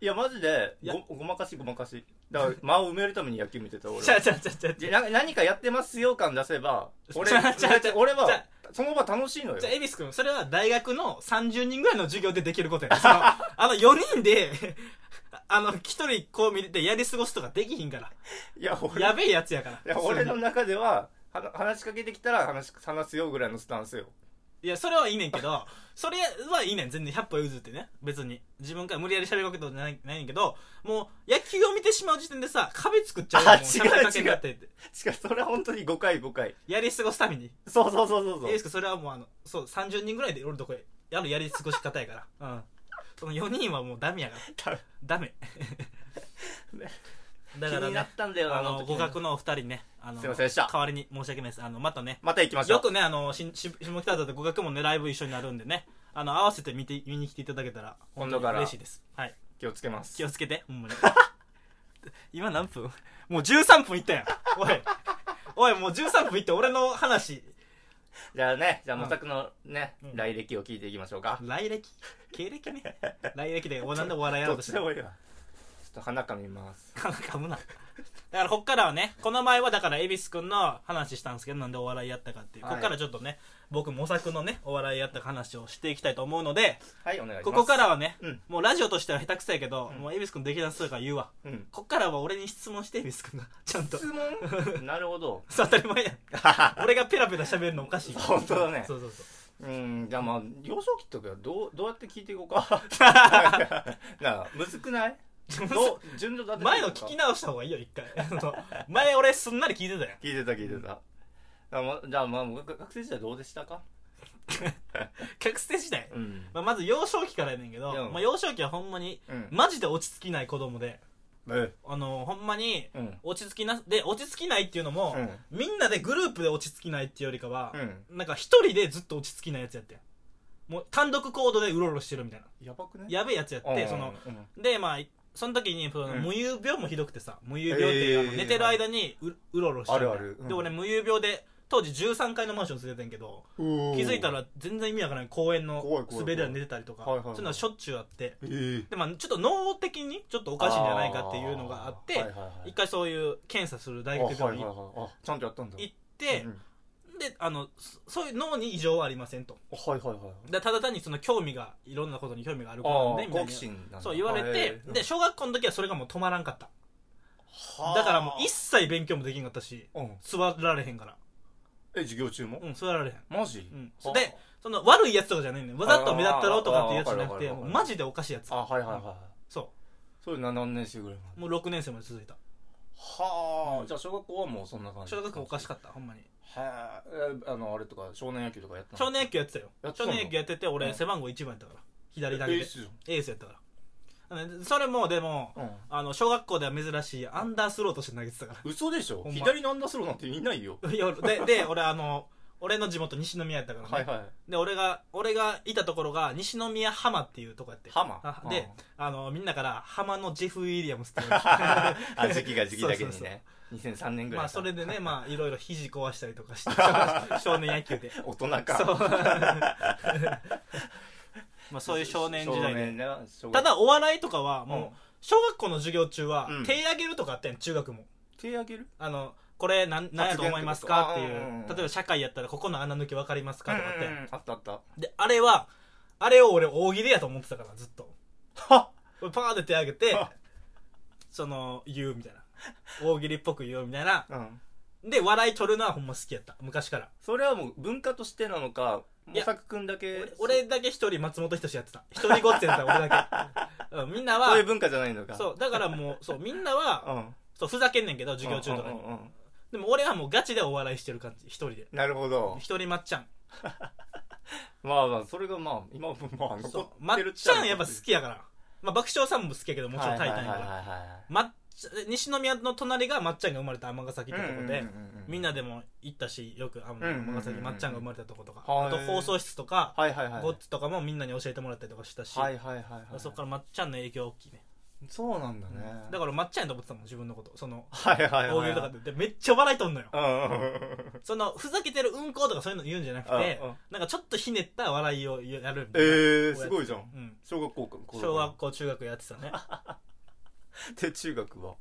[SPEAKER 2] いやマジで
[SPEAKER 1] いや
[SPEAKER 2] ごごまかしごまかしだから間を埋めるために野球見て
[SPEAKER 1] [LAUGHS]
[SPEAKER 2] た俺は
[SPEAKER 1] ちゃうちゃうちゃうちゃうち
[SPEAKER 2] でな何かやってますよ感出せば俺
[SPEAKER 1] ちゃちゃちゃ
[SPEAKER 2] 俺
[SPEAKER 1] ちゃ
[SPEAKER 2] はその場楽しいのよ
[SPEAKER 1] ゃう。恵比寿君、それは大学の30人ぐらいの授業でできることやね
[SPEAKER 2] [LAUGHS]
[SPEAKER 1] その、あの4人で、 [LAUGHS] あの、一人こう見れてやり過ごすとかできひんから。
[SPEAKER 2] いや俺
[SPEAKER 1] やべえやつやから。
[SPEAKER 2] いや俺の中でははな話しかけてきたら話し話すよぐらいのスタンスよ
[SPEAKER 1] いや、それはいいねんけど、それはいいねん、全然100歩譲ってね。別に。自分から無理やり喋るわけじゃないないねんけど、もう、野球を見てしまう時点でさ、壁作っちゃうよ
[SPEAKER 2] あ
[SPEAKER 1] も
[SPEAKER 2] 違う
[SPEAKER 1] 喋りかけになってって。
[SPEAKER 2] しかしそれは本当に5回5回
[SPEAKER 1] やり過ごすために。
[SPEAKER 2] そうそうそうそうそ
[SPEAKER 1] エー
[SPEAKER 2] う
[SPEAKER 1] ス君それはもうあのそう30人ぐらいでおるとこへやるやり過ごし方やから
[SPEAKER 2] [LAUGHS]
[SPEAKER 1] うんその4人はもうダメやから
[SPEAKER 2] だ
[SPEAKER 1] ダ
[SPEAKER 2] [LAUGHS]
[SPEAKER 1] メだか
[SPEAKER 2] 気
[SPEAKER 1] ら
[SPEAKER 2] にな
[SPEAKER 1] ね
[SPEAKER 2] ったんだよ
[SPEAKER 1] あ
[SPEAKER 2] あの
[SPEAKER 1] の
[SPEAKER 2] 時
[SPEAKER 1] 互角のお二人ねあの
[SPEAKER 2] すいませんでした
[SPEAKER 1] 代わりに申し訳ないですあのまたね
[SPEAKER 2] また行きましょう
[SPEAKER 1] よくねあのしし下北沢と互角もねライブ一緒になるんでねあの合わせて見て見に来ていただけたら
[SPEAKER 2] 今度から
[SPEAKER 1] 嬉しいですはい
[SPEAKER 2] 気をつけます
[SPEAKER 1] 気をつけてほん
[SPEAKER 2] [LAUGHS]
[SPEAKER 1] まに今何分もう13分いったやんおいおいもう13分いって俺の話
[SPEAKER 2] じゃあねじゃあ模索のね、
[SPEAKER 1] うん
[SPEAKER 2] 来歴を聞いていきましょうか、
[SPEAKER 1] 来歴経歴
[SPEAKER 2] [LAUGHS]
[SPEAKER 1] ね来歴でおなんでお笑いやろ
[SPEAKER 2] ど
[SPEAKER 1] う
[SPEAKER 2] っ
[SPEAKER 1] とし
[SPEAKER 2] ち
[SPEAKER 1] て
[SPEAKER 2] で
[SPEAKER 1] る
[SPEAKER 2] もいいわちょっと鼻かみます
[SPEAKER 1] か噛むなだからこっからはねこの前はだから恵比寿くんの話したんですけどなんでお笑いやったかっていう、
[SPEAKER 2] はい
[SPEAKER 1] こっからちょっとね僕模索のねお笑いやった話をしていきたいと思うので
[SPEAKER 2] はいお願いします
[SPEAKER 1] ここからはね、
[SPEAKER 2] うん
[SPEAKER 1] もうラジオとしては下手くそやけど、もう恵比寿くんできなそうから言うわ
[SPEAKER 2] うん
[SPEAKER 1] こっからは俺に質問して恵比寿くんがちゃんと [LAUGHS]
[SPEAKER 2] 質問 [LAUGHS] なるほど
[SPEAKER 1] そう当たり前やん俺がペラペラ喋るのおかしい
[SPEAKER 2] 本当だね
[SPEAKER 1] そうそうそう
[SPEAKER 2] うんじゃあまあ幼少期とかどうどうやって聞いていこ
[SPEAKER 1] [LAUGHS]
[SPEAKER 2] うかなあむずくないどう順序立てていこうか
[SPEAKER 1] 前の聞き直した方がいいよ一回 [LAUGHS] あの前俺すんなり聞いてたやん
[SPEAKER 2] 聞いてた聞いてた、あまじゃあまあ学学生時代どうでしたか
[SPEAKER 1] 学生時代
[SPEAKER 2] うん、
[SPEAKER 1] まあ、まず幼少期からやねんけど、
[SPEAKER 2] うん
[SPEAKER 1] まあ、幼少期はほんまに
[SPEAKER 2] うん、
[SPEAKER 1] マジで落ち着きない子供で
[SPEAKER 2] え
[SPEAKER 1] あのほんまに
[SPEAKER 2] うん
[SPEAKER 1] 落ち着きなで落ち着きないっていうのも、
[SPEAKER 2] うん
[SPEAKER 1] みんなでグループで落ち着きないっていうよりかは
[SPEAKER 2] う、ん
[SPEAKER 1] なんか一人でずっと落ち着きないやつやってんもう単独行動でうろうろしてるみたいな
[SPEAKER 2] やばくね
[SPEAKER 1] やべえやつやってその
[SPEAKER 2] うん
[SPEAKER 1] でまあその時にその
[SPEAKER 2] うん
[SPEAKER 1] 無遊病もひどくてさ無遊病っていうか、
[SPEAKER 2] えー
[SPEAKER 1] あの寝てる間にううろうろして
[SPEAKER 2] あるあるうん
[SPEAKER 1] で俺無遊病で当時13階のマンション住んでてんけど
[SPEAKER 2] 気
[SPEAKER 1] 気づいたら全然意味わからない公園
[SPEAKER 2] 怖
[SPEAKER 1] の
[SPEAKER 2] い怖い怖い
[SPEAKER 1] 滑り台に寝てたりとか
[SPEAKER 2] はい
[SPEAKER 1] そう
[SPEAKER 2] はいはい
[SPEAKER 1] いうのはしょっちゅうあって
[SPEAKER 2] えー、
[SPEAKER 1] でまあちょっと脳的にちょっとお
[SPEAKER 2] お
[SPEAKER 1] かしいんじゃないかっていうのがあって
[SPEAKER 2] はいはいはい
[SPEAKER 1] 一回そういう検査する大学
[SPEAKER 2] あは
[SPEAKER 1] 病
[SPEAKER 2] い
[SPEAKER 1] 院
[SPEAKER 2] はい
[SPEAKER 1] 行
[SPEAKER 2] はいあちゃんとやったんだっ
[SPEAKER 1] って
[SPEAKER 2] うん、
[SPEAKER 1] であのそそういう脳に異常はありませんと
[SPEAKER 2] はいはいはい
[SPEAKER 1] でただ単にその興味がいろんなことに興味がある子なん
[SPEAKER 2] あ
[SPEAKER 1] で
[SPEAKER 2] あ
[SPEAKER 1] みたい
[SPEAKER 2] 好
[SPEAKER 1] な
[SPEAKER 2] 奇心なんだ
[SPEAKER 1] そう言われて
[SPEAKER 2] はい
[SPEAKER 1] で小学校の時はそれがもう止まらんかった
[SPEAKER 2] はあ
[SPEAKER 1] だからもう一切勉強もできんかったし
[SPEAKER 2] うん
[SPEAKER 1] 座られへんから
[SPEAKER 2] え授業中も
[SPEAKER 1] うん座られへん
[SPEAKER 2] マジ
[SPEAKER 1] うん
[SPEAKER 2] はあ
[SPEAKER 1] でその悪いやつとかじゃないんだよわざと目立ったろうとかっていうやつじゃなくて
[SPEAKER 2] あーわかるわかる
[SPEAKER 1] もうマジでおかしいやつ
[SPEAKER 2] あはいはいはい
[SPEAKER 1] そ
[SPEAKER 2] それ何年生ぐらいま
[SPEAKER 1] う
[SPEAKER 2] で
[SPEAKER 1] もう6年生まで続いた
[SPEAKER 2] は
[SPEAKER 1] う
[SPEAKER 2] あ
[SPEAKER 1] ん
[SPEAKER 2] じゃあ小学校はもうそんな感じ
[SPEAKER 1] 小学校おかし
[SPEAKER 2] か
[SPEAKER 1] かったほんまに
[SPEAKER 2] はあえあのあれとか少年野球とかやったの
[SPEAKER 1] 少年野球やってたよ
[SPEAKER 2] やってた
[SPEAKER 1] 少
[SPEAKER 2] の
[SPEAKER 1] 年野球やってて
[SPEAKER 2] う
[SPEAKER 1] 俺
[SPEAKER 2] ん
[SPEAKER 1] 背番号1番やったから左投
[SPEAKER 2] え
[SPEAKER 1] げ
[SPEAKER 2] エー
[SPEAKER 1] で
[SPEAKER 2] スじ
[SPEAKER 1] エースやったからうんそれもでも
[SPEAKER 2] ゃんうん
[SPEAKER 1] あの小学校では珍しいアンダースローとして投げてたか
[SPEAKER 2] 嘘でしょ
[SPEAKER 1] ほんま
[SPEAKER 2] 左のアンダースローなんていないよ
[SPEAKER 1] ら [LAUGHS] いやでで俺あの俺の地元西宮やったからね、
[SPEAKER 2] はいはい
[SPEAKER 1] で俺が俺がいたところが西宮浜っていうとこやって
[SPEAKER 2] 浜
[SPEAKER 1] あ
[SPEAKER 2] うん
[SPEAKER 1] であのみんなから浜のジェフ・ウィリアムスっていう
[SPEAKER 2] [LAUGHS] あ時期が時期だけ
[SPEAKER 1] そう
[SPEAKER 2] に
[SPEAKER 1] そう
[SPEAKER 2] ね2003年ぐらい
[SPEAKER 1] まあそれでねまあいろいろ肘壊したりとか
[SPEAKER 2] [LAUGHS]
[SPEAKER 1] して少年野球で
[SPEAKER 2] 大人か
[SPEAKER 1] そう
[SPEAKER 2] [LAUGHS]
[SPEAKER 1] まあそういう少年時代でた
[SPEAKER 2] た
[SPEAKER 1] だお笑いとかは
[SPEAKER 2] も
[SPEAKER 1] もう小学校の授業中は
[SPEAKER 2] うん
[SPEAKER 1] 手上げるとかあったやん中学も
[SPEAKER 2] う手あげる
[SPEAKER 1] あのこれなん何やと思いますかってい
[SPEAKER 2] 発言ってことあーうんうん
[SPEAKER 1] う例えば社会やったらここの穴抜き分かりますかとかって、
[SPEAKER 2] あったあった
[SPEAKER 1] であれはあれを俺大喜利やと思ってたからずっと
[SPEAKER 2] は
[SPEAKER 1] 俺パーンって手上げて
[SPEAKER 2] あ
[SPEAKER 1] その言うみたいな大喜利っぽく言うみたいな
[SPEAKER 2] うん
[SPEAKER 1] で笑い取るのはほんま好きやった昔から
[SPEAKER 2] それはもう文化としてなのか
[SPEAKER 1] いや
[SPEAKER 2] 模索くんだけ
[SPEAKER 1] 俺俺だけ一人松本人志やってた一人ごっつやってた俺だ
[SPEAKER 2] [LAUGHS]
[SPEAKER 1] け、うん、みんなは
[SPEAKER 2] そういう文化じゃないのかう
[SPEAKER 1] そうだから
[SPEAKER 2] [LAUGHS]
[SPEAKER 1] もうそうみんなは
[SPEAKER 2] ん
[SPEAKER 1] そうふざけんねんけど授業中とか
[SPEAKER 2] うん
[SPEAKER 1] に
[SPEAKER 2] うんうん
[SPEAKER 1] でも俺はもうガチでお笑いしてる感じ一人で
[SPEAKER 2] なるほど
[SPEAKER 1] 一人まっちゃん
[SPEAKER 2] まあまあそれがまあ今もまあ
[SPEAKER 1] そう
[SPEAKER 2] 残
[SPEAKER 1] ま
[SPEAKER 2] っ
[SPEAKER 1] って
[SPEAKER 2] る
[SPEAKER 1] ちゃんやっぱ好きやから、まあ、爆笑さんも好きやけどもちろんタイタンやから、
[SPEAKER 2] ら
[SPEAKER 1] まっちゃ西宮の隣がまっちゃんが生まれた尼崎ってとこで、みんな
[SPEAKER 2] で
[SPEAKER 1] でも行ったしよくあ
[SPEAKER 2] うんうんうん
[SPEAKER 1] の尼崎まっちゃんが生まれたとことか、
[SPEAKER 2] はい
[SPEAKER 1] あと放送室とか、
[SPEAKER 2] はいはいはい
[SPEAKER 1] ゴッツとかもみんなに教えてもらったりとかしたし、
[SPEAKER 2] はいはいはいはい
[SPEAKER 1] そこからまっちゃんの影響大きいね
[SPEAKER 2] そうなんだね
[SPEAKER 1] だからまっちゃんやと思ってたもん自分のことその
[SPEAKER 2] はいはいはい
[SPEAKER 1] 大喜利とかででめっちゃ笑いとんのよ
[SPEAKER 2] うんうんうんうん
[SPEAKER 1] そのふざけてるうんこうとかそういうの言うんじゃなくて
[SPEAKER 2] うんうん
[SPEAKER 1] なんかちょっとひねった笑いをやるみたいな、
[SPEAKER 2] ええすごいじゃん
[SPEAKER 1] うん、
[SPEAKER 2] 小学校か
[SPEAKER 1] 小学校中学やってたね
[SPEAKER 2] で中学は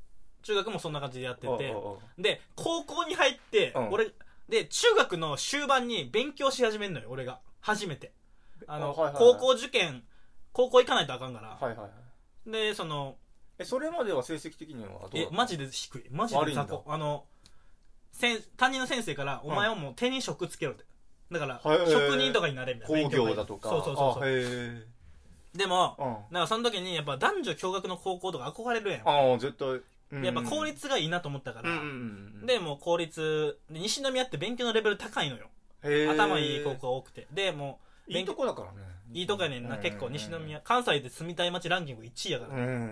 [SPEAKER 1] 中学もそんな感じでやってて
[SPEAKER 2] おうおうおう
[SPEAKER 1] で高校に入って、
[SPEAKER 2] うん
[SPEAKER 1] 俺で中学の終盤に勉強し始めんのよ俺が初めてあの
[SPEAKER 2] あはいはいはい
[SPEAKER 1] 高校受験高校行かないとあかんから、
[SPEAKER 2] はいはいはい
[SPEAKER 1] でその
[SPEAKER 2] えそれまでは成績的にはどうだ
[SPEAKER 1] え
[SPEAKER 2] った
[SPEAKER 1] マジで低いマジで雑魚あの先担任の先生から「
[SPEAKER 2] ん
[SPEAKER 1] お前はもう手に職つけろ」ってだから
[SPEAKER 2] へー
[SPEAKER 1] 職人とかになれみたいな勉
[SPEAKER 2] 工
[SPEAKER 1] 強
[SPEAKER 2] 業
[SPEAKER 1] 会
[SPEAKER 2] だとか
[SPEAKER 1] そうそうそう
[SPEAKER 2] あ
[SPEAKER 1] そう
[SPEAKER 2] へえ
[SPEAKER 1] でも
[SPEAKER 2] うん
[SPEAKER 1] なんかその時にやっぱ男女共学の高校とか憧れるやん
[SPEAKER 2] ああ絶対うん
[SPEAKER 1] やっぱ効率がいいなと思ったか
[SPEAKER 2] う
[SPEAKER 1] ら、
[SPEAKER 2] んうんうん
[SPEAKER 1] でもう公立で西宮って勉強のレベル高いのよ
[SPEAKER 2] へー
[SPEAKER 1] 頭いい高校多くてでもう
[SPEAKER 2] いい
[SPEAKER 1] 勉強
[SPEAKER 2] とこだからね
[SPEAKER 1] いいとこやねんな、
[SPEAKER 2] うう
[SPEAKER 1] 結構西宮関西で住みたい街ランキング1位やか
[SPEAKER 2] うん
[SPEAKER 1] ら、
[SPEAKER 2] うんうんうん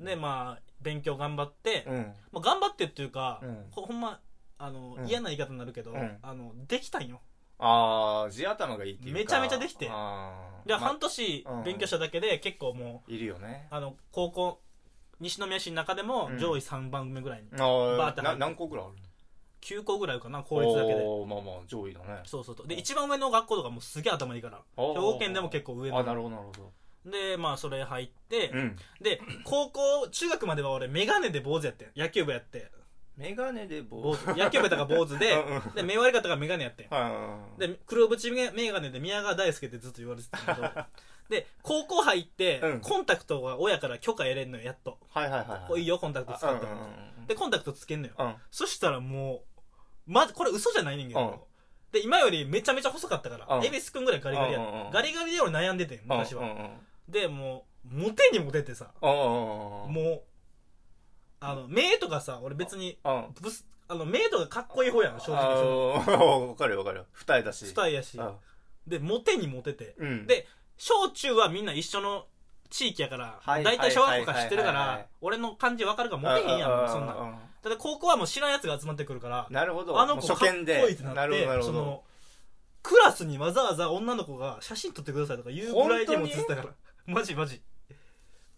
[SPEAKER 2] うん
[SPEAKER 1] でまあ勉強頑張って、
[SPEAKER 2] うん
[SPEAKER 1] まあ、頑張ってっていうか、
[SPEAKER 2] うん
[SPEAKER 1] ほほんまあの、
[SPEAKER 2] うん
[SPEAKER 1] 嫌な言い方になるけど、
[SPEAKER 2] うん
[SPEAKER 1] あのできたんよ
[SPEAKER 2] ああ地頭がいいっていうか
[SPEAKER 1] めちゃめちゃできて
[SPEAKER 2] あー
[SPEAKER 1] で、
[SPEAKER 2] ま
[SPEAKER 1] 半年
[SPEAKER 2] うん
[SPEAKER 1] 勉強しただけで結構も
[SPEAKER 2] いるよね
[SPEAKER 1] うあの高校西宮市の中でも
[SPEAKER 2] うん
[SPEAKER 1] 上位3番目ぐらいに、
[SPEAKER 2] あー
[SPEAKER 1] バーって入
[SPEAKER 2] な
[SPEAKER 1] って
[SPEAKER 2] 何個ぐらいある
[SPEAKER 1] 9校ぐらいかな公立だけで
[SPEAKER 2] おーまあまあ上位だね
[SPEAKER 1] そうそうとで一番上の学校とかもうすげえ頭いいから
[SPEAKER 2] あ
[SPEAKER 1] 兵
[SPEAKER 2] ー
[SPEAKER 1] 庫県でも結構上
[SPEAKER 2] あ
[SPEAKER 1] の
[SPEAKER 2] なるほどなるほど
[SPEAKER 1] でまあそれ入って、
[SPEAKER 2] うん
[SPEAKER 1] で高校中学までは俺眼鏡で坊主やってん野球部やって
[SPEAKER 2] メガネで
[SPEAKER 1] 坊
[SPEAKER 2] 坊
[SPEAKER 1] 主野球部だから坊主で
[SPEAKER 2] うん [LAUGHS] うん
[SPEAKER 1] で目割り方が眼鏡やってん
[SPEAKER 2] はい
[SPEAKER 1] で黒縁眼鏡で宮川大輔ってずっと言われてた
[SPEAKER 2] [LAUGHS]
[SPEAKER 1] けどで高校入って、
[SPEAKER 2] うん
[SPEAKER 1] コンタクトが親から許可得れんのよやっと、
[SPEAKER 2] はいはいはい
[SPEAKER 1] こういいよコンタクト使って
[SPEAKER 2] う
[SPEAKER 1] も
[SPEAKER 2] んうん
[SPEAKER 1] でコンタクトつけんのよ
[SPEAKER 2] うんうん
[SPEAKER 1] そしたらもうまずこれ嘘じゃないねんけど、で今よりめちゃめちゃ細かったから、
[SPEAKER 2] うん
[SPEAKER 1] 恵比寿くんぐらいガリガリや、
[SPEAKER 2] うんうんうん
[SPEAKER 1] ガリガリで俺悩んでてん昔は、
[SPEAKER 2] うんうんうん
[SPEAKER 1] でもうモテにモテてさ、
[SPEAKER 2] うんうんうん
[SPEAKER 1] もうあの目とかさ俺別に
[SPEAKER 2] うん
[SPEAKER 1] ブスあの目とかかっこいい方やん正直その
[SPEAKER 2] あーわかるよわかるよ二重だし
[SPEAKER 1] スタイやし
[SPEAKER 2] あ
[SPEAKER 1] でモテにモテて
[SPEAKER 2] うん
[SPEAKER 1] で小中はみんな一緒の地域やから
[SPEAKER 2] はい
[SPEAKER 1] 大体小学校から知ってるか
[SPEAKER 2] はいはいはいはい
[SPEAKER 1] ら俺の感じ分かるからモテへんや
[SPEAKER 2] あ
[SPEAKER 1] ん
[SPEAKER 2] ー
[SPEAKER 1] そんな
[SPEAKER 2] あ
[SPEAKER 1] ん
[SPEAKER 2] ーあ
[SPEAKER 1] ただ高校はもう知らんやつが集まってくるから
[SPEAKER 2] ーなるほど
[SPEAKER 1] あの
[SPEAKER 2] もう
[SPEAKER 1] 子かっ
[SPEAKER 2] 初
[SPEAKER 1] こい
[SPEAKER 2] 見
[SPEAKER 1] いっ
[SPEAKER 2] で
[SPEAKER 1] てな
[SPEAKER 2] な
[SPEAKER 1] っ
[SPEAKER 2] るほどな
[SPEAKER 1] て
[SPEAKER 2] るほ
[SPEAKER 1] そ
[SPEAKER 2] ど
[SPEAKER 1] のクラスにわざわざ女の子が写真撮ってくださいとか言うぐらいにも映ってたから [LAUGHS] マジマジ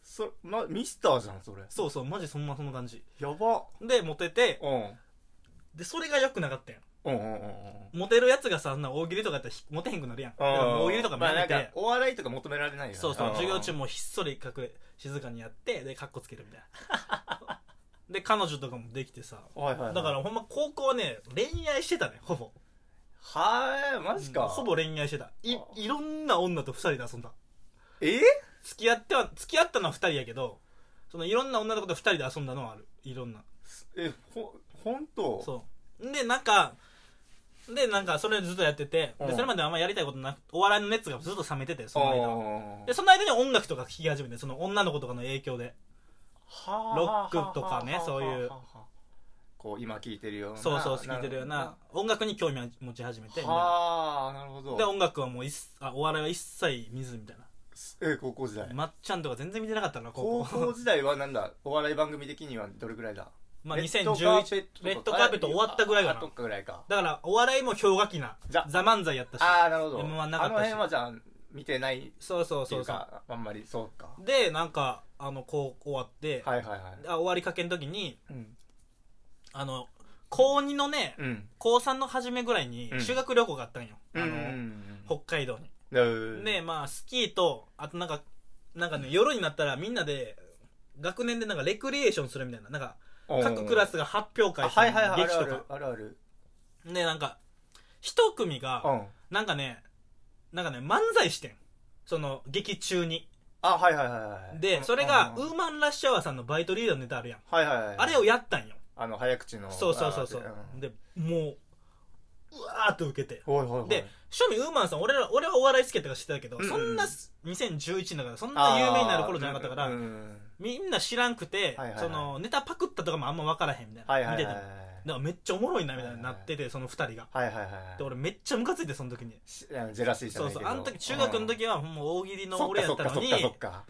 [SPEAKER 2] そまミスターじゃんそれ
[SPEAKER 1] そうそうマジそんなそんな感じ
[SPEAKER 2] やば
[SPEAKER 1] でモテて
[SPEAKER 2] うん
[SPEAKER 1] でそれが良くなかったん
[SPEAKER 2] うんうんうんうん
[SPEAKER 1] モテるやつがさ、あんな大喜利とかやったらひモテへんくなるやん。だからもう大喜利とかも
[SPEAKER 2] まあ
[SPEAKER 1] や
[SPEAKER 2] な
[SPEAKER 1] めて、
[SPEAKER 2] んかお笑いとか求められないよね
[SPEAKER 1] そうそう、
[SPEAKER 2] んん
[SPEAKER 1] 授業中もひっそり隠れ、静かにやって、で、カッコつけるみたいな。で、彼女とかもできてさ。
[SPEAKER 2] はいはいは
[SPEAKER 1] だ
[SPEAKER 2] い
[SPEAKER 1] からほんま高校はね、恋愛してたね、ほぼ。
[SPEAKER 2] はーいマジか、
[SPEAKER 1] うんほぼ恋愛してた。い
[SPEAKER 2] あ、
[SPEAKER 1] いろんな女と二人で遊んだ。
[SPEAKER 2] え
[SPEAKER 1] 付き合っては、付き合ったのは二人やけど、そのいろんな女の子と二人で遊んだのはある。いろんな。
[SPEAKER 2] えほ本当
[SPEAKER 1] そう。で、なんか、で、なんか、それずっとやってて、
[SPEAKER 2] う
[SPEAKER 1] で、
[SPEAKER 2] ん
[SPEAKER 1] それまであんまやりたいことなく、お笑いの熱がずっと冷めてて、その間は。
[SPEAKER 2] あ
[SPEAKER 1] で、その間に音楽とか聴き始めて、その女の子とかの影響で。
[SPEAKER 2] ロ
[SPEAKER 1] ロックとかねそういう
[SPEAKER 2] こう今聴いてるような
[SPEAKER 1] そうそう、聴いてるような、音楽に興味を持ち始めて、みたいな
[SPEAKER 2] はあなるほど
[SPEAKER 1] で、音楽はもう一切、あ、お笑いは一切見ず、みたいな。
[SPEAKER 2] え高校時代
[SPEAKER 1] まっちゃんとか全然見てなかったな、
[SPEAKER 2] 高
[SPEAKER 1] 高校。
[SPEAKER 2] 校時代はなんだお笑い番組的にはどれぐらいだ
[SPEAKER 1] [LAUGHS] まあ、
[SPEAKER 2] レッド
[SPEAKER 1] 2011。レ
[SPEAKER 2] レ
[SPEAKER 1] ッ
[SPEAKER 2] ッ
[SPEAKER 1] ド
[SPEAKER 2] ド
[SPEAKER 1] カ
[SPEAKER 2] カ
[SPEAKER 1] ー
[SPEAKER 2] ー
[SPEAKER 1] ペ
[SPEAKER 2] ペ
[SPEAKER 1] ット
[SPEAKER 2] ット
[SPEAKER 1] 終わったぐらいかな
[SPEAKER 2] あとぐらいか
[SPEAKER 1] だから、お笑いも氷河期な、
[SPEAKER 2] ザ
[SPEAKER 1] ザ・漫才やったし。
[SPEAKER 2] ああなるほど
[SPEAKER 1] M1 なかったし
[SPEAKER 2] あの辺はじゃあ見てないって
[SPEAKER 1] そうそう
[SPEAKER 2] い
[SPEAKER 1] そううそう。
[SPEAKER 2] かあんまりそうか
[SPEAKER 1] で、なんか、あの、こう、終わって、
[SPEAKER 2] はいはいはい
[SPEAKER 1] あ終わりかけの時に、
[SPEAKER 2] うん
[SPEAKER 1] あの、高2のね、
[SPEAKER 2] うん
[SPEAKER 1] 高3の初めぐらいに
[SPEAKER 2] うん
[SPEAKER 1] 修学旅行があったんよ。
[SPEAKER 2] うん
[SPEAKER 1] あ
[SPEAKER 2] う
[SPEAKER 1] の、
[SPEAKER 2] ん
[SPEAKER 1] 北海道に。
[SPEAKER 2] うん
[SPEAKER 1] で、まあ、スキーと、あとなんか、なんかね、夜になったらみんなで、学年でなんかレクリエーションするみたいな。なんか、各クラスが発表
[SPEAKER 2] あ
[SPEAKER 1] 会す
[SPEAKER 2] は
[SPEAKER 1] る
[SPEAKER 2] いはいはいあ
[SPEAKER 1] 劇
[SPEAKER 2] るあ
[SPEAKER 1] と
[SPEAKER 2] る
[SPEAKER 1] か。
[SPEAKER 2] あるある
[SPEAKER 1] で、なんか、一組
[SPEAKER 2] う
[SPEAKER 1] が、
[SPEAKER 2] ん
[SPEAKER 1] なんかね、なんかね、漫才してん。その、劇中に。
[SPEAKER 2] あはいはいはいはい
[SPEAKER 1] で、それが、
[SPEAKER 2] うん
[SPEAKER 1] ウーマンラッシュアワーさんのバイトリーダーのネタあるやん。
[SPEAKER 2] はいはいはい
[SPEAKER 1] あれをやったんよ。
[SPEAKER 2] あの早口の
[SPEAKER 1] そうそうそうそ
[SPEAKER 2] あれ
[SPEAKER 1] う、
[SPEAKER 2] ん
[SPEAKER 1] でもううわーっと受けて
[SPEAKER 2] おいおいおい
[SPEAKER 1] で庶民ウーマンさん俺ら俺はお笑い好きやったから知ってたけど、
[SPEAKER 2] うんうん
[SPEAKER 1] そんな2011だからそんな有名になる頃じゃなかったから、
[SPEAKER 2] あーうんうん
[SPEAKER 1] みんな知らんくて、
[SPEAKER 2] はいはいはい
[SPEAKER 1] そのネタパクったとかもあんま分からへんみたいな、
[SPEAKER 2] はいはい
[SPEAKER 1] 見
[SPEAKER 2] は
[SPEAKER 1] てて
[SPEAKER 2] い
[SPEAKER 1] もだからめっちゃおもろいなみたいになってて、その二人が
[SPEAKER 2] はいはいはいはい
[SPEAKER 1] で俺めっちゃムカついてその時に
[SPEAKER 2] しあのジェラシーじゃ
[SPEAKER 1] そ
[SPEAKER 2] な
[SPEAKER 1] う
[SPEAKER 2] いけ
[SPEAKER 1] そう
[SPEAKER 2] ど
[SPEAKER 1] あの時中学の時はもう大喜利の俺やったのに
[SPEAKER 2] そっかそっか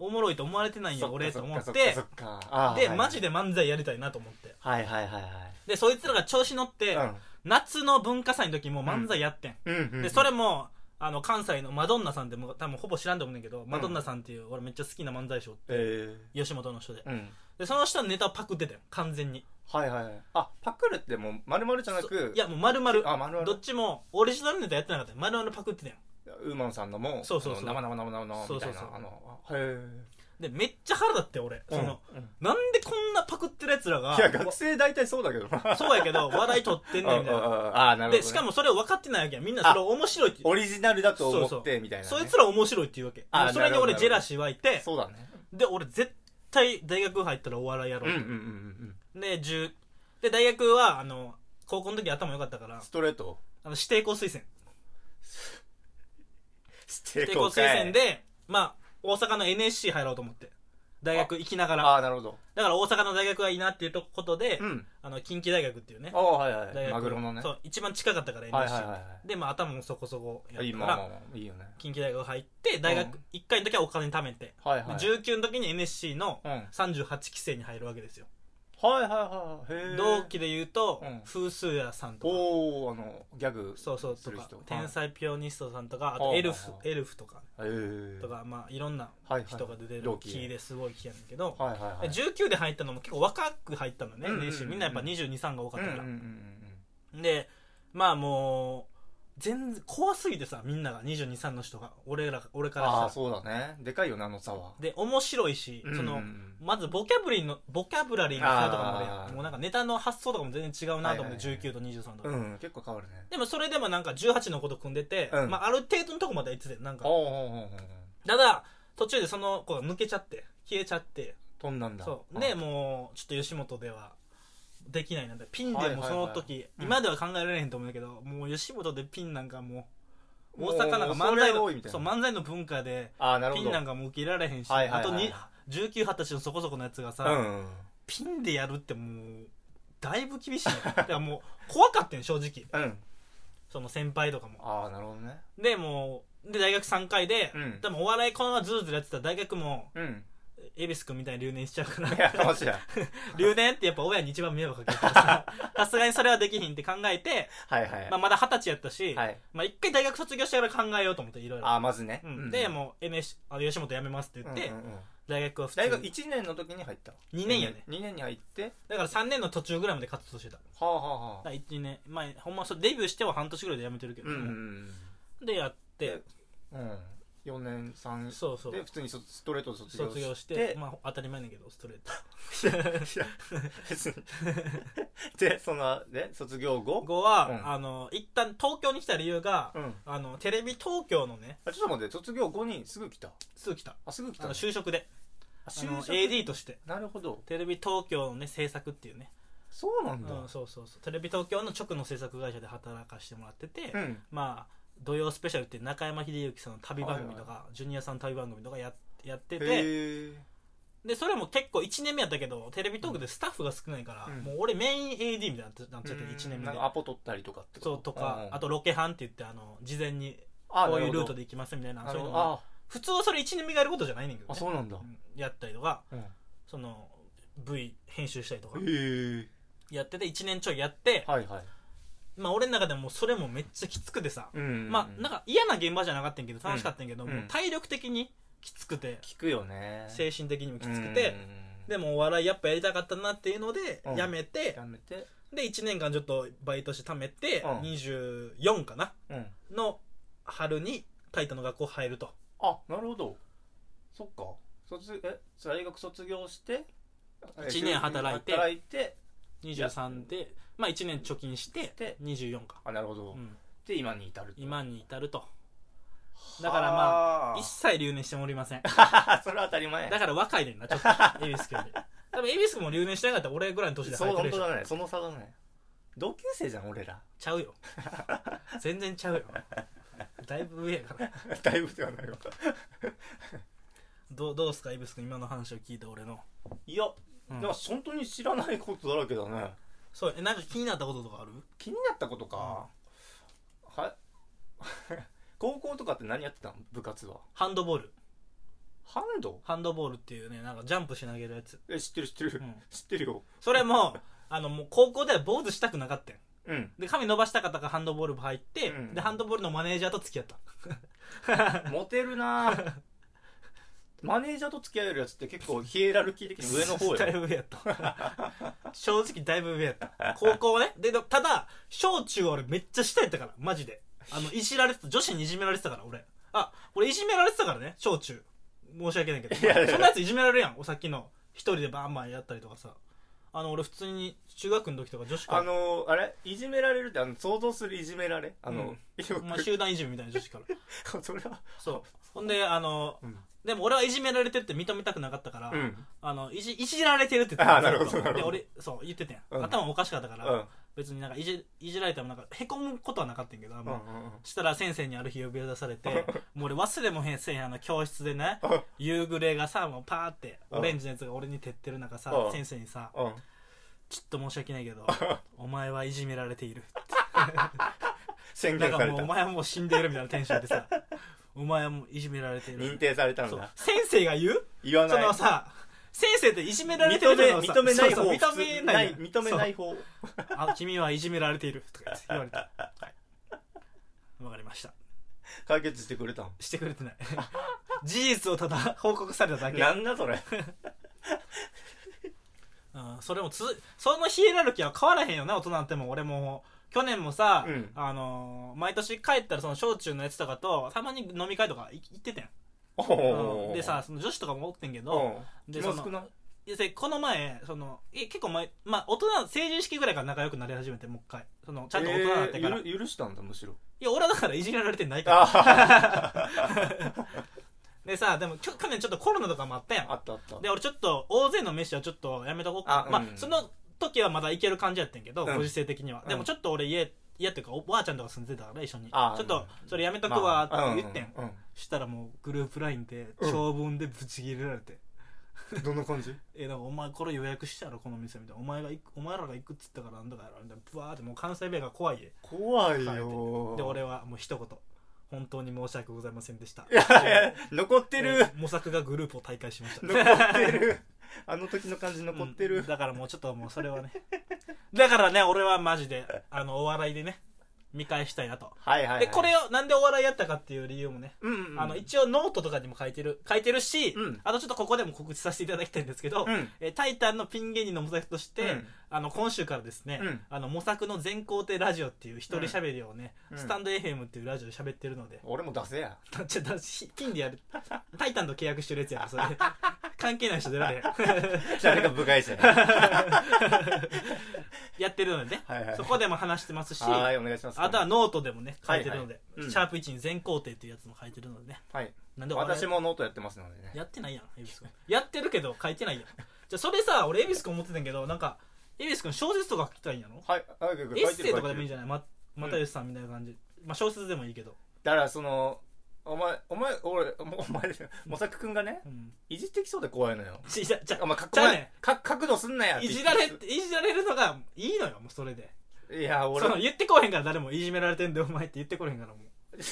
[SPEAKER 1] おもろいと思われてないん
[SPEAKER 2] そ
[SPEAKER 1] や
[SPEAKER 2] っか
[SPEAKER 1] 俺と思って
[SPEAKER 2] そかそっかそっかあー
[SPEAKER 1] で
[SPEAKER 2] はい
[SPEAKER 1] マジで漫才やりたいなと思って
[SPEAKER 2] はいはいはいは
[SPEAKER 1] でそいつらが調子乗って、
[SPEAKER 2] いはい
[SPEAKER 1] 夏の文化祭の時も漫才やってん、
[SPEAKER 2] うんうんうん
[SPEAKER 1] でそれもあの関西のマドンナさんでも多分ほぼ知らんと思うねんだけど、マドンナさんっていう俺めっちゃ好きな漫才師おって
[SPEAKER 2] え
[SPEAKER 1] 吉本の人で
[SPEAKER 2] えうん
[SPEAKER 1] でその人のネタパクってたよ完全に
[SPEAKER 2] はいはいはいあパクるってもう丸々じゃなく
[SPEAKER 1] そいやもう丸々
[SPEAKER 2] あ丸々
[SPEAKER 1] どっちもオリジナルネタやってなかったよ丸々パクってたよ
[SPEAKER 2] ウーマンさんのも
[SPEAKER 1] そうそうそう
[SPEAKER 2] あの生々生々生々みたい
[SPEAKER 1] そうそうそう
[SPEAKER 2] なあのあへえ
[SPEAKER 1] でめっちゃ腹立って俺その、なんでこんなパクってる奴らが
[SPEAKER 2] いや学生大体そうだけど
[SPEAKER 1] [LAUGHS]
[SPEAKER 2] な
[SPEAKER 1] そうやけど笑い取ってんねんみたいな
[SPEAKER 2] [LAUGHS] ああなるほど
[SPEAKER 1] で
[SPEAKER 2] ね
[SPEAKER 1] しかもそれを分かってないわけやみんなそれを面白いって
[SPEAKER 2] オリジナルだと思
[SPEAKER 1] そう
[SPEAKER 2] っ
[SPEAKER 1] そ
[SPEAKER 2] てみたいなね
[SPEAKER 1] そいつら面白いって言うわけ
[SPEAKER 2] あ
[SPEAKER 1] もうそれに俺
[SPEAKER 2] なるほどなるほど
[SPEAKER 1] ジェラシー湧いて
[SPEAKER 2] そうだね
[SPEAKER 1] で俺絶対大学入ったらお笑いやろう
[SPEAKER 2] うん
[SPEAKER 1] と
[SPEAKER 2] うんうんうん
[SPEAKER 1] で10で大学はあの高校の時頭良かったから
[SPEAKER 2] ストレート
[SPEAKER 1] あの指定校推薦
[SPEAKER 2] ス
[SPEAKER 1] 指定校推薦でまあ大阪の NSC 入ろうと思って大学行きながら
[SPEAKER 2] ああなるほど
[SPEAKER 1] だから大阪の大学がいいなっていうとことで、
[SPEAKER 2] うん
[SPEAKER 1] あの近畿大学っていうね
[SPEAKER 2] ああはいは
[SPEAKER 1] 大
[SPEAKER 2] い
[SPEAKER 1] 学
[SPEAKER 2] マグロのね
[SPEAKER 1] そう一番近かったから NSC、
[SPEAKER 2] はいはいはいは
[SPEAKER 1] でまあ頭もそこそこや
[SPEAKER 2] い
[SPEAKER 1] っ
[SPEAKER 2] いい
[SPEAKER 1] た
[SPEAKER 2] ま
[SPEAKER 1] か
[SPEAKER 2] あま
[SPEAKER 1] ら
[SPEAKER 2] あまあいいよね
[SPEAKER 1] 近畿大学入って大
[SPEAKER 2] う
[SPEAKER 1] 学
[SPEAKER 2] ん
[SPEAKER 1] 1回の時はお金貯めて、
[SPEAKER 2] はいはい
[SPEAKER 1] で19の時に NSC の
[SPEAKER 2] うんはい
[SPEAKER 1] 38期生に入るわけですよ、
[SPEAKER 2] はいはいはいへえ
[SPEAKER 1] 同期で言うと、
[SPEAKER 2] うん
[SPEAKER 1] 風数屋さんとか
[SPEAKER 2] おおあのギャグ
[SPEAKER 1] そうそう
[SPEAKER 2] す
[SPEAKER 1] と
[SPEAKER 2] る
[SPEAKER 1] か
[SPEAKER 2] 人はい
[SPEAKER 1] 天才ピアニストさんとかあと
[SPEAKER 2] はあ
[SPEAKER 1] エルフ
[SPEAKER 2] はあ
[SPEAKER 1] エルフとか
[SPEAKER 2] へえ
[SPEAKER 1] とかまあいろんな
[SPEAKER 2] はいはい
[SPEAKER 1] 人が出てる
[SPEAKER 2] 同期
[SPEAKER 1] キーですごいキーやねんけど
[SPEAKER 2] はいはいはい
[SPEAKER 1] 19で入ったのも結構若く入ったのね
[SPEAKER 2] うんうんうん
[SPEAKER 1] NSC みんなやっぱ223が多か
[SPEAKER 2] うん
[SPEAKER 1] っ
[SPEAKER 2] うん
[SPEAKER 1] た
[SPEAKER 2] う
[SPEAKER 1] か
[SPEAKER 2] ん
[SPEAKER 1] らでまあもう全然怖すぎてさみんなが223の人が俺ら俺から
[SPEAKER 2] ああ
[SPEAKER 1] したら
[SPEAKER 2] そうだねでかいよなあの差は
[SPEAKER 1] で面白いしそのまずボキャブリのボキャブラリーの差とかもある
[SPEAKER 2] あ
[SPEAKER 1] や
[SPEAKER 2] ー
[SPEAKER 1] んもうなんかネタの発想とかも全然違うなと思って
[SPEAKER 2] はいはいはい
[SPEAKER 1] 19と23と
[SPEAKER 2] う
[SPEAKER 1] か
[SPEAKER 2] ん結構変わるね
[SPEAKER 1] でもそれでもなんか18の子と組んでて、
[SPEAKER 2] うん
[SPEAKER 1] まあ、ある程度のとこまでは行っててなんか
[SPEAKER 2] おおおお
[SPEAKER 1] ただ途中でその子が抜けちゃって消えちゃって
[SPEAKER 2] 飛んだんだ
[SPEAKER 1] そうでもうちょっと吉本ではできないなんてピンでもその時、
[SPEAKER 2] はいはいはいうん
[SPEAKER 1] 今では考えられへんと思うんだけどもう吉本でピンなんかもう
[SPEAKER 2] もう
[SPEAKER 1] 大阪なんか漫才
[SPEAKER 2] それ
[SPEAKER 1] の
[SPEAKER 2] 多いみたい
[SPEAKER 1] そ
[SPEAKER 2] な
[SPEAKER 1] う漫才の文化で
[SPEAKER 2] ああなるほ
[SPEAKER 1] ピ
[SPEAKER 2] ど
[SPEAKER 1] ンなんかもう受けられへんし、
[SPEAKER 2] はいはいはいはい
[SPEAKER 1] あと1920歳のそこそこのやつがさ、
[SPEAKER 2] うん
[SPEAKER 1] ピンでやるってもうだいぶ
[SPEAKER 2] [LAUGHS]
[SPEAKER 1] 厳しいねだからもう怖かったん正直
[SPEAKER 2] うん
[SPEAKER 1] その先輩とかも
[SPEAKER 2] ああなるほどね
[SPEAKER 1] でもうで大学3回で、
[SPEAKER 2] うん
[SPEAKER 1] でもお笑いこのままずるずるやってたら大学も
[SPEAKER 2] うん [LAUGHS]
[SPEAKER 1] 恵比寿君みたいに留年しちゃうか
[SPEAKER 2] い
[SPEAKER 1] ら
[SPEAKER 2] やかもしれん
[SPEAKER 1] 留年ってやっぱ親に一番迷惑かけ
[SPEAKER 2] [LAUGHS]
[SPEAKER 1] るからささすがにそれはできひんって考えて、
[SPEAKER 2] はいはい
[SPEAKER 1] まあ、まだ二十歳やったし、
[SPEAKER 2] はい
[SPEAKER 1] まあ、一回大学卒業してから考えようと思っていろいろ
[SPEAKER 2] あまずね
[SPEAKER 1] でもう NSC あの吉本辞めますって
[SPEAKER 2] う
[SPEAKER 1] 言
[SPEAKER 2] ん
[SPEAKER 1] っ
[SPEAKER 2] うんう
[SPEAKER 1] て、
[SPEAKER 2] ん
[SPEAKER 1] 大学は普通
[SPEAKER 2] 大
[SPEAKER 1] に
[SPEAKER 2] 学1年の時に入った
[SPEAKER 1] 二年やね
[SPEAKER 2] 2年に入って
[SPEAKER 1] だから3年の途中ぐらいまで活動してただか
[SPEAKER 2] はあはあはあ
[SPEAKER 1] ら1年まあほんまそうデビューしては半年ぐらいで辞めてるけど、
[SPEAKER 2] うんうん
[SPEAKER 1] でやって
[SPEAKER 2] うんうん4年3
[SPEAKER 1] そうそう
[SPEAKER 2] で普通にそストレートで卒業
[SPEAKER 1] 卒業してまあ当たり前だけどストレー
[SPEAKER 2] いや [LAUGHS] 別にでそので卒業
[SPEAKER 1] ト
[SPEAKER 2] 後
[SPEAKER 1] 後は、
[SPEAKER 2] うん
[SPEAKER 1] あの一旦東京に来た理由が、
[SPEAKER 2] うん
[SPEAKER 1] あのテレビ東京のね
[SPEAKER 2] あちょっと待って卒業後にすぐ来た
[SPEAKER 1] すぐ来た
[SPEAKER 2] あすぐ来
[SPEAKER 1] あ
[SPEAKER 2] た
[SPEAKER 1] の
[SPEAKER 2] の
[SPEAKER 1] 就職で
[SPEAKER 2] あ
[SPEAKER 1] あの
[SPEAKER 2] 就職
[SPEAKER 1] AD として
[SPEAKER 2] なるほど
[SPEAKER 1] テレビ東京のね制作っていうね、
[SPEAKER 2] そうなんだ
[SPEAKER 1] うん、そうそうそうテレビ東京の直の制作会社で働かしてもらってて、
[SPEAKER 2] うん
[SPEAKER 1] まあ土曜スペシャルって中山秀幸さんの旅番組と
[SPEAKER 2] はい
[SPEAKER 1] か、ジュニアさんの旅番組とかややってて
[SPEAKER 2] へえ
[SPEAKER 1] でそれも結構1年目やったけどテレビ東京でスタッフが少ないから、
[SPEAKER 2] うん
[SPEAKER 1] もう俺メイン AD みたいになっちゃって1年目
[SPEAKER 2] なん
[SPEAKER 1] で
[SPEAKER 2] かアポ取ったりとかってこ
[SPEAKER 1] そうとか、
[SPEAKER 2] うん
[SPEAKER 1] あとロケハンって言ってあの事前に
[SPEAKER 2] あ
[SPEAKER 1] こういうルート
[SPEAKER 2] で
[SPEAKER 1] で行きますみたいな
[SPEAKER 2] あ
[SPEAKER 1] そういうの
[SPEAKER 2] あ
[SPEAKER 1] 普通はそれ1年目がやることじゃないねんけど、
[SPEAKER 2] あ
[SPEAKER 1] ね
[SPEAKER 2] そうなんだ
[SPEAKER 1] うんやったりとか
[SPEAKER 2] うんへ
[SPEAKER 1] その V 編集したりとか
[SPEAKER 2] え
[SPEAKER 1] やってて1年ちょいやって、
[SPEAKER 2] はいはい
[SPEAKER 1] まあ俺の中でもそれもめっちゃきつくてさ、
[SPEAKER 2] うん
[SPEAKER 1] まあなんか嫌な現場じゃなかったんやけど楽しかったんやけど、
[SPEAKER 2] うん
[SPEAKER 1] もう体力的にきつくて
[SPEAKER 2] 聞くよね
[SPEAKER 1] 精神的にもきつく
[SPEAKER 2] う
[SPEAKER 1] て
[SPEAKER 2] んうんうん
[SPEAKER 1] でもお笑いやっぱやりたかったなっていうので
[SPEAKER 2] うん
[SPEAKER 1] やめて
[SPEAKER 2] やめて
[SPEAKER 1] で1年間ちょっとバイトして貯めて
[SPEAKER 2] うん
[SPEAKER 1] 24かな
[SPEAKER 2] うん
[SPEAKER 1] の春にタイタの学校入ると
[SPEAKER 2] あなるほどそっか卒え大学卒業して
[SPEAKER 1] 一年働いて
[SPEAKER 2] 働いて
[SPEAKER 1] 23でまあ1年貯金して
[SPEAKER 2] で
[SPEAKER 1] 24か、
[SPEAKER 2] あなるほど、
[SPEAKER 1] うん、
[SPEAKER 2] で今に至ると
[SPEAKER 1] 今に至るとだ
[SPEAKER 2] だ
[SPEAKER 1] からまあ一
[SPEAKER 2] あ
[SPEAKER 1] 切留年してもおりません
[SPEAKER 2] 一それは当たり前
[SPEAKER 1] だから若いねんなちょっ
[SPEAKER 2] [LAUGHS]
[SPEAKER 1] と恵比寿君で多分恵比寿君も留年してなかったら俺ぐらいの年で
[SPEAKER 2] そ
[SPEAKER 1] 入
[SPEAKER 2] う
[SPEAKER 1] ってる
[SPEAKER 2] 本
[SPEAKER 1] で
[SPEAKER 2] 当
[SPEAKER 1] しょ
[SPEAKER 2] だねその差だね同級生じゃん俺ら
[SPEAKER 1] ちゃ
[SPEAKER 2] [LAUGHS]
[SPEAKER 1] うよ全然ちゃうよだいぶ上やから
[SPEAKER 2] だいぶではないわ
[SPEAKER 1] どうどうすかイブス君今の話を聞いて俺の、
[SPEAKER 2] いや、
[SPEAKER 1] うん
[SPEAKER 2] でも本当に知らないことだらけだね
[SPEAKER 1] そうえなんか気になったこととかある
[SPEAKER 2] 気になったことか、はい [LAUGHS] 高校とかって何やってたの部活は
[SPEAKER 1] ハンドボール
[SPEAKER 2] ハンド
[SPEAKER 1] ハンドボールっていうねなんかジャンプし投げるやつ、
[SPEAKER 2] え知ってる知ってる、
[SPEAKER 1] うん、
[SPEAKER 2] 知ってるよ
[SPEAKER 1] それもあのもう高校では坊主したくなかったよ [LAUGHS]
[SPEAKER 2] うん
[SPEAKER 1] で髪伸ばしたかったからハンドボール部入って、
[SPEAKER 2] うん
[SPEAKER 1] でハンドボールのマネージャーと付き合った
[SPEAKER 2] モテるなぁマネージャーと付き合えるやつって
[SPEAKER 1] [LAUGHS]
[SPEAKER 2] 結構ヒエラルキー的に上の方
[SPEAKER 1] だい
[SPEAKER 2] よ
[SPEAKER 1] ぶ上やった
[SPEAKER 2] [LAUGHS]
[SPEAKER 1] 正直だいぶ上やった高校はねででただ小中は俺めっちゃ下やったからマジであのいじられてた女子にいじめられてたから俺あ俺いじめられてたからね小中申し訳ないけど
[SPEAKER 2] いやいや
[SPEAKER 1] そんなやついじめられるやんお先の一人でバンバンやったりとかさあの俺普通に中学の時とか女子か
[SPEAKER 2] あ
[SPEAKER 1] ら
[SPEAKER 2] のー、あれいじめられるってあの想像するいじめられあの、よく
[SPEAKER 1] まあ、集団いじめみたいな女子から
[SPEAKER 2] [LAUGHS] それは
[SPEAKER 1] そうほんであの
[SPEAKER 2] うん、
[SPEAKER 1] でも俺はいじめられてるって認めたくなかったから、
[SPEAKER 2] うん
[SPEAKER 1] あのいじいじられてるって言ってた
[SPEAKER 2] あなるほどなるほど
[SPEAKER 1] で俺そう言ってたやん、
[SPEAKER 2] うん
[SPEAKER 1] 頭おかしかったか
[SPEAKER 2] う
[SPEAKER 1] ら、
[SPEAKER 2] ん
[SPEAKER 1] 別になんかいじいじられてもなんかへこむことはなかったんやけど、あん
[SPEAKER 2] うん
[SPEAKER 1] ましたら先生にある日呼び出されてもう俺忘れもへんせんあの教室でね
[SPEAKER 2] うん
[SPEAKER 1] 夕暮れがさもうパーって
[SPEAKER 2] うん
[SPEAKER 1] オレンジのやつが俺に照ってる中さ
[SPEAKER 2] うん
[SPEAKER 1] 先生にさ
[SPEAKER 2] うん
[SPEAKER 1] 「ちょっと申し訳ないけどお前はいじめられてい
[SPEAKER 2] [LAUGHS]
[SPEAKER 1] る」
[SPEAKER 2] 宣
[SPEAKER 1] だか
[SPEAKER 2] 言
[SPEAKER 1] ら
[SPEAKER 2] され
[SPEAKER 1] もうお
[SPEAKER 2] た
[SPEAKER 1] 前はもう死んでいるみたいなテンションで
[SPEAKER 2] [LAUGHS]
[SPEAKER 1] さ「お前はもういじめられている」
[SPEAKER 2] 認定されたん
[SPEAKER 1] そう
[SPEAKER 2] だ
[SPEAKER 1] 先生が言う
[SPEAKER 2] 言わ
[SPEAKER 1] そ
[SPEAKER 2] ない
[SPEAKER 1] のさ先生っていじめられて
[SPEAKER 2] 認
[SPEAKER 1] る
[SPEAKER 2] め
[SPEAKER 1] のをさ
[SPEAKER 2] 認めない
[SPEAKER 1] そ
[SPEAKER 2] 方
[SPEAKER 1] うそう認めないやん
[SPEAKER 2] 認めない方
[SPEAKER 1] あ君はいじめられているとか言われたはいわかりました
[SPEAKER 2] 解決してくれたん
[SPEAKER 1] してくれてない [LAUGHS] 事実をただ報告されただけ
[SPEAKER 2] なんだそれ
[SPEAKER 1] うん、それもつそのヒエラルキーは変わらへんよな大人になっても俺も去年もさ、
[SPEAKER 2] うん
[SPEAKER 1] あのー毎年帰ったらその小中のやつとかとたまに飲み会とかい行っててん、[LAUGHS]
[SPEAKER 2] お
[SPEAKER 1] う
[SPEAKER 2] ー
[SPEAKER 1] んでさその女子とかもおってんけど、
[SPEAKER 2] うん
[SPEAKER 1] で
[SPEAKER 2] 気
[SPEAKER 1] そ
[SPEAKER 2] ま
[SPEAKER 1] の
[SPEAKER 2] ずくない
[SPEAKER 1] いやでこの前そのえ結構前、まあ、大人成人式ぐらいから仲良くなり始めてもう一回そのちゃんと大人になってから、
[SPEAKER 2] えーゆる許したんだむしろ
[SPEAKER 1] いや俺はだからいじめられてないから
[SPEAKER 2] あ
[SPEAKER 1] [LAUGHS] でさでも去去年ちょっとコロナとかもあったやん
[SPEAKER 2] あったあった
[SPEAKER 1] で俺ちょっと大勢の飯はちょっとやめとこうか
[SPEAKER 2] あ
[SPEAKER 1] まあ
[SPEAKER 2] うん
[SPEAKER 1] その時はまだいける感じやってんけど、
[SPEAKER 2] うん
[SPEAKER 1] ご時世的には、
[SPEAKER 2] うん
[SPEAKER 1] でもちょっと俺家家っていうかおばあちゃんとか住んでたから一緒にち
[SPEAKER 2] あ
[SPEAKER 1] ょっと
[SPEAKER 2] うん
[SPEAKER 1] それやめとくわ
[SPEAKER 2] まあ
[SPEAKER 1] って言ってん、
[SPEAKER 2] うんうん
[SPEAKER 1] したらもうグループ LINE で
[SPEAKER 2] うん
[SPEAKER 1] 長文でブチ切れられて、
[SPEAKER 2] うんどんな感じ
[SPEAKER 1] えなんかお前これ予約したやろこの店みたいなお前が行くお前らが行くっつったからなんだかやろみたいなブワーってもう関西弁が怖いで
[SPEAKER 2] 怖
[SPEAKER 1] で
[SPEAKER 2] いよ
[SPEAKER 1] 俺はもう一言本当に申し訳ございませんでした
[SPEAKER 2] いや残って
[SPEAKER 1] え
[SPEAKER 2] る
[SPEAKER 1] ー模索がグループを退会しました
[SPEAKER 2] 残っ
[SPEAKER 1] [LAUGHS]
[SPEAKER 2] てるあの時の感じ残って
[SPEAKER 1] う
[SPEAKER 2] る
[SPEAKER 1] んだからもうちょっともうそれはねだからね俺はマジであのお笑いでね見返したいなと
[SPEAKER 2] はいはいはい
[SPEAKER 1] でこれをなんでお笑いやったかっていう理由もね、
[SPEAKER 2] うんうん
[SPEAKER 1] あの一応ノートとかにも書いてる書いてるし、
[SPEAKER 2] うん
[SPEAKER 1] あとちょっとここでも告知させていただきたいんですけど、
[SPEAKER 2] うん
[SPEAKER 1] えータイタンのピン芸人の模索として、
[SPEAKER 2] うん
[SPEAKER 1] あの今週からですね、
[SPEAKER 2] うん
[SPEAKER 1] あの模索の全工程ラジオっていう一人喋りをね、
[SPEAKER 2] うん
[SPEAKER 1] スタンド FM っていうラジオで喋ってるので、
[SPEAKER 2] 俺も出
[SPEAKER 1] [LAUGHS]
[SPEAKER 2] せや
[SPEAKER 1] ちょっと私ピンでやるタイタンと契約してるやつやろそれ関係ない人出られへん
[SPEAKER 2] [LAUGHS] 誰か部外者や
[SPEAKER 1] やってるのでね、
[SPEAKER 2] はいはい
[SPEAKER 1] そこでも話してますし
[SPEAKER 2] はいお願いします
[SPEAKER 1] あとはノートでもね書いてるので、
[SPEAKER 2] はいはいうん
[SPEAKER 1] シャープ1に全工程っていうやつも書いてるのでね
[SPEAKER 2] はい
[SPEAKER 1] なんでお笑い
[SPEAKER 2] 私もノートやってますのでね
[SPEAKER 1] やってないやん恵比寿君やってるけど書いてないやんじゃあそれさ俺恵比寿君思ってたんやけどなんか恵比寿君小説とか書きたいんやろ
[SPEAKER 2] はいはいはいはい
[SPEAKER 1] エ
[SPEAKER 2] 書
[SPEAKER 1] ッ
[SPEAKER 2] い
[SPEAKER 1] セ
[SPEAKER 2] て
[SPEAKER 1] イ
[SPEAKER 2] る
[SPEAKER 1] と
[SPEAKER 2] 書
[SPEAKER 1] かで
[SPEAKER 2] い
[SPEAKER 1] もいいん
[SPEAKER 2] て
[SPEAKER 1] じ
[SPEAKER 2] る
[SPEAKER 1] ゃないま又吉さんみたいな感じ、まあ小説でもいいけど、
[SPEAKER 2] だからそのお前お前俺もうお前もさくくんがね
[SPEAKER 1] うん、
[SPEAKER 2] [LAUGHS] いじってきそうで怖いのよ
[SPEAKER 1] ちじゃじゃ
[SPEAKER 2] お前かっ
[SPEAKER 1] じ
[SPEAKER 2] こ
[SPEAKER 1] ゃあ
[SPEAKER 2] いい
[SPEAKER 1] ね
[SPEAKER 2] か角度すんなやって
[SPEAKER 1] い
[SPEAKER 2] 言っ
[SPEAKER 1] じ
[SPEAKER 2] て
[SPEAKER 1] られいじられるのがいいのよもうそれで
[SPEAKER 2] いや俺
[SPEAKER 1] その言ってこうへんから誰もいじめられてんでお前って言ってこうへんからもう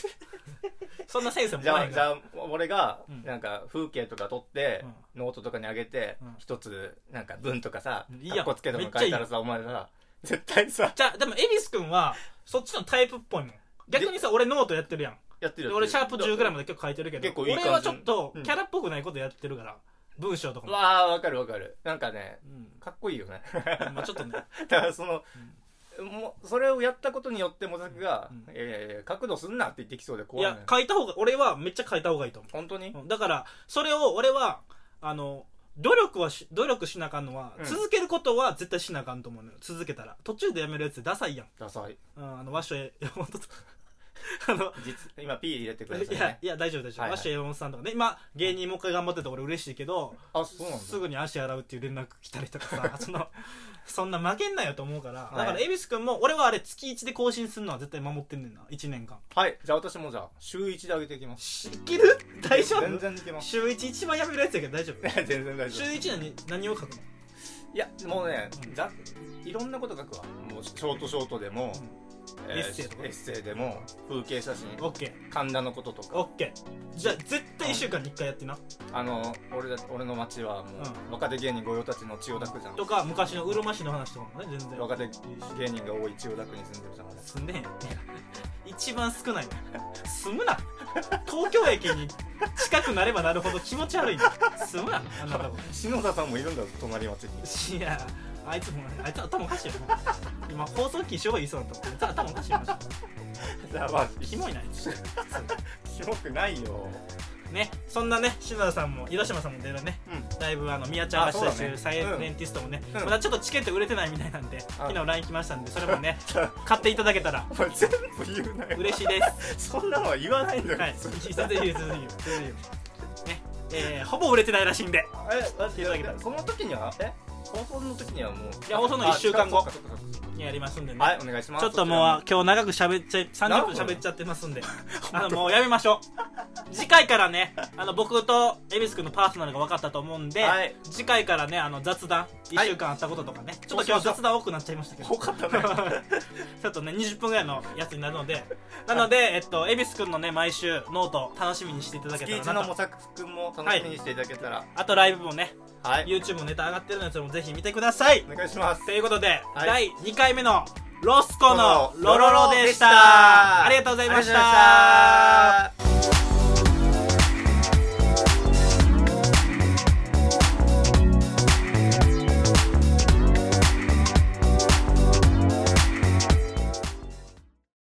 [SPEAKER 1] [LAUGHS] そんな先生も
[SPEAKER 2] じ
[SPEAKER 1] お
[SPEAKER 2] ゃ
[SPEAKER 1] らへ
[SPEAKER 2] あ
[SPEAKER 1] ん
[SPEAKER 2] じ
[SPEAKER 1] から
[SPEAKER 2] ゃあ俺が
[SPEAKER 1] うん
[SPEAKER 2] なんか風景とか撮って、ノートとかにあげて
[SPEAKER 1] うん
[SPEAKER 2] 一、つなんか文とかさ
[SPEAKER 1] いいやん
[SPEAKER 2] かっこつけとか書いたらさお前さ絶対さ
[SPEAKER 1] じゃあでも恵比寿君はそっちのタイプっぽいもん逆にさ俺ノートやってるやん
[SPEAKER 2] やって
[SPEAKER 1] で
[SPEAKER 2] るや
[SPEAKER 1] 俺シャープ10ぐらい
[SPEAKER 2] ム
[SPEAKER 1] まで結構書いてるけど
[SPEAKER 2] 結構いい感じ
[SPEAKER 1] 俺はちょっと
[SPEAKER 2] うん
[SPEAKER 1] キャラっぽくないことやってるから、文章とかも、
[SPEAKER 2] わあわかるわかるなんかね
[SPEAKER 1] うん
[SPEAKER 2] かっこいいよね
[SPEAKER 1] まあ、ちょっとね
[SPEAKER 2] だからその、もうそれをやったことによってモザクが
[SPEAKER 1] うん
[SPEAKER 2] 「いやいやいや角度すんな」って言ってきそうで
[SPEAKER 1] い
[SPEAKER 2] [LAUGHS] 怖いの
[SPEAKER 1] や
[SPEAKER 2] よ
[SPEAKER 1] 書いた方が俺はめっちゃ書いた方がいいと思う
[SPEAKER 2] 本当に、
[SPEAKER 1] うんだからそれを俺はあの努力はし努力しなあかんのは、
[SPEAKER 2] うん
[SPEAKER 1] 続けることは絶対しなあかんと思うのよ続けたら途中でやめるやつダサいやん、
[SPEAKER 2] ダサい
[SPEAKER 1] うん、あの和所へ山本とあの
[SPEAKER 2] 実今 P 入れてくださ
[SPEAKER 1] い
[SPEAKER 2] い
[SPEAKER 1] や
[SPEAKER 2] ね
[SPEAKER 1] いや大丈夫大丈夫、
[SPEAKER 2] はいはい
[SPEAKER 1] 和所山本さんとかね今芸人もう一回頑張ってて俺嬉しいけど、
[SPEAKER 2] あそうなんだ
[SPEAKER 1] すぐに足洗うっていう連絡来たりとかさそのそんな負けんなよと思うから、
[SPEAKER 2] い
[SPEAKER 1] だから恵比寿君も俺はあれ月1で更新するのは絶対守ってんねんな1年間
[SPEAKER 2] はいじゃあ私もじゃあ週1で上げていきます
[SPEAKER 1] しいける大丈
[SPEAKER 2] 全
[SPEAKER 1] 夫
[SPEAKER 2] 然いけ
[SPEAKER 1] [LAUGHS]
[SPEAKER 2] ます
[SPEAKER 1] 週1一番やめるやつやけど大丈夫
[SPEAKER 2] 全然大
[SPEAKER 1] 週
[SPEAKER 2] 丈夫
[SPEAKER 1] 1何何を書くの
[SPEAKER 2] いやもうね、
[SPEAKER 1] うん
[SPEAKER 2] ざいろんなこと書くわもうショートショートでも、
[SPEAKER 1] エッセイとか
[SPEAKER 2] エッセイでも風景写真
[SPEAKER 1] オッケ
[SPEAKER 2] 神田のことと
[SPEAKER 1] ーオ
[SPEAKER 2] か
[SPEAKER 1] ッケーじゃあ絶対1週間に1回やってな、
[SPEAKER 2] あの俺だ俺の町はもう、
[SPEAKER 1] う
[SPEAKER 2] 若手芸人御用達の千代田区じゃん
[SPEAKER 1] とか昔のうるま市の話とかもね全然
[SPEAKER 2] 若手芸人が多い千代田区に住んでるじゃん俺
[SPEAKER 1] 住んでへんいや一番少ない住むな東京駅に近くなればなるほど気持ち悪いな住むなあんなとこ
[SPEAKER 2] 篠田さんもいるんだぞ
[SPEAKER 1] [LAUGHS]
[SPEAKER 2] 隣町に
[SPEAKER 1] いやあいつもあいつ頭おかしいよもう今放送禁止用語言いそうだったもんあいつ頭おかしいよマジで
[SPEAKER 2] やばい
[SPEAKER 1] キモいなあいつ
[SPEAKER 2] キモくない
[SPEAKER 1] [LAUGHS]
[SPEAKER 2] よ
[SPEAKER 1] ねそんなね篠田さんも井戸島さんも出るね
[SPEAKER 2] うん
[SPEAKER 1] だいぶあの宮ちゃんが主催してる
[SPEAKER 2] あそうだ
[SPEAKER 1] サイ
[SPEAKER 2] ね
[SPEAKER 1] エンティストもね、
[SPEAKER 2] ん
[SPEAKER 1] まだちょっとチケット売れてないみたいなんで、昨日 LINE 来ましたんでそれもね買っていただけたら
[SPEAKER 2] お前全部言うなよ
[SPEAKER 1] 嬉しいです
[SPEAKER 2] そんなのは
[SPEAKER 1] [LAUGHS]
[SPEAKER 2] 言わないんだよ、
[SPEAKER 1] はい
[SPEAKER 2] 普通
[SPEAKER 1] 全然いいよ全然いいよ全然いいよねえー、ほぼ売れてないらしいんで
[SPEAKER 2] えだっ
[SPEAKER 1] いただけた
[SPEAKER 2] てその時にはえ放送の時にはもう
[SPEAKER 1] いや放送の一週間後
[SPEAKER 2] あそっかそっかそっか
[SPEAKER 1] やりますんでね、
[SPEAKER 2] はいお願いします
[SPEAKER 1] ちょっともう今日長く喋っちゃい30分
[SPEAKER 2] 何分
[SPEAKER 1] 喋っちゃってますん [LAUGHS] であのもうやめましょう [LAUGHS] 次回からねあの僕と恵比寿君のパーソナルが分かったと思うんで、
[SPEAKER 2] はい
[SPEAKER 1] 次回からねあの雑談1週間あったこととかね、ちょっと今日雑談多くなっちゃいましたけど
[SPEAKER 2] 多かったね
[SPEAKER 1] [LAUGHS] ちょっとね20分ぐらいのやつになるのでなのでえっと恵比寿君のね毎週ノート楽しみにしていただけ
[SPEAKER 2] 月
[SPEAKER 1] た
[SPEAKER 2] 一
[SPEAKER 1] らな
[SPEAKER 2] の
[SPEAKER 1] と
[SPEAKER 2] 模索くんも楽しみにしていただけたら
[SPEAKER 1] あとライブもね
[SPEAKER 2] はい、
[SPEAKER 1] YouTube のネタ上がってるのでそれもぜひ見てください
[SPEAKER 2] お願いします
[SPEAKER 1] ということで、
[SPEAKER 2] は
[SPEAKER 1] 第2回目のロスコのロロロでした
[SPEAKER 2] ロロロでした
[SPEAKER 1] ありがとうございまし
[SPEAKER 2] ありがとうございましたた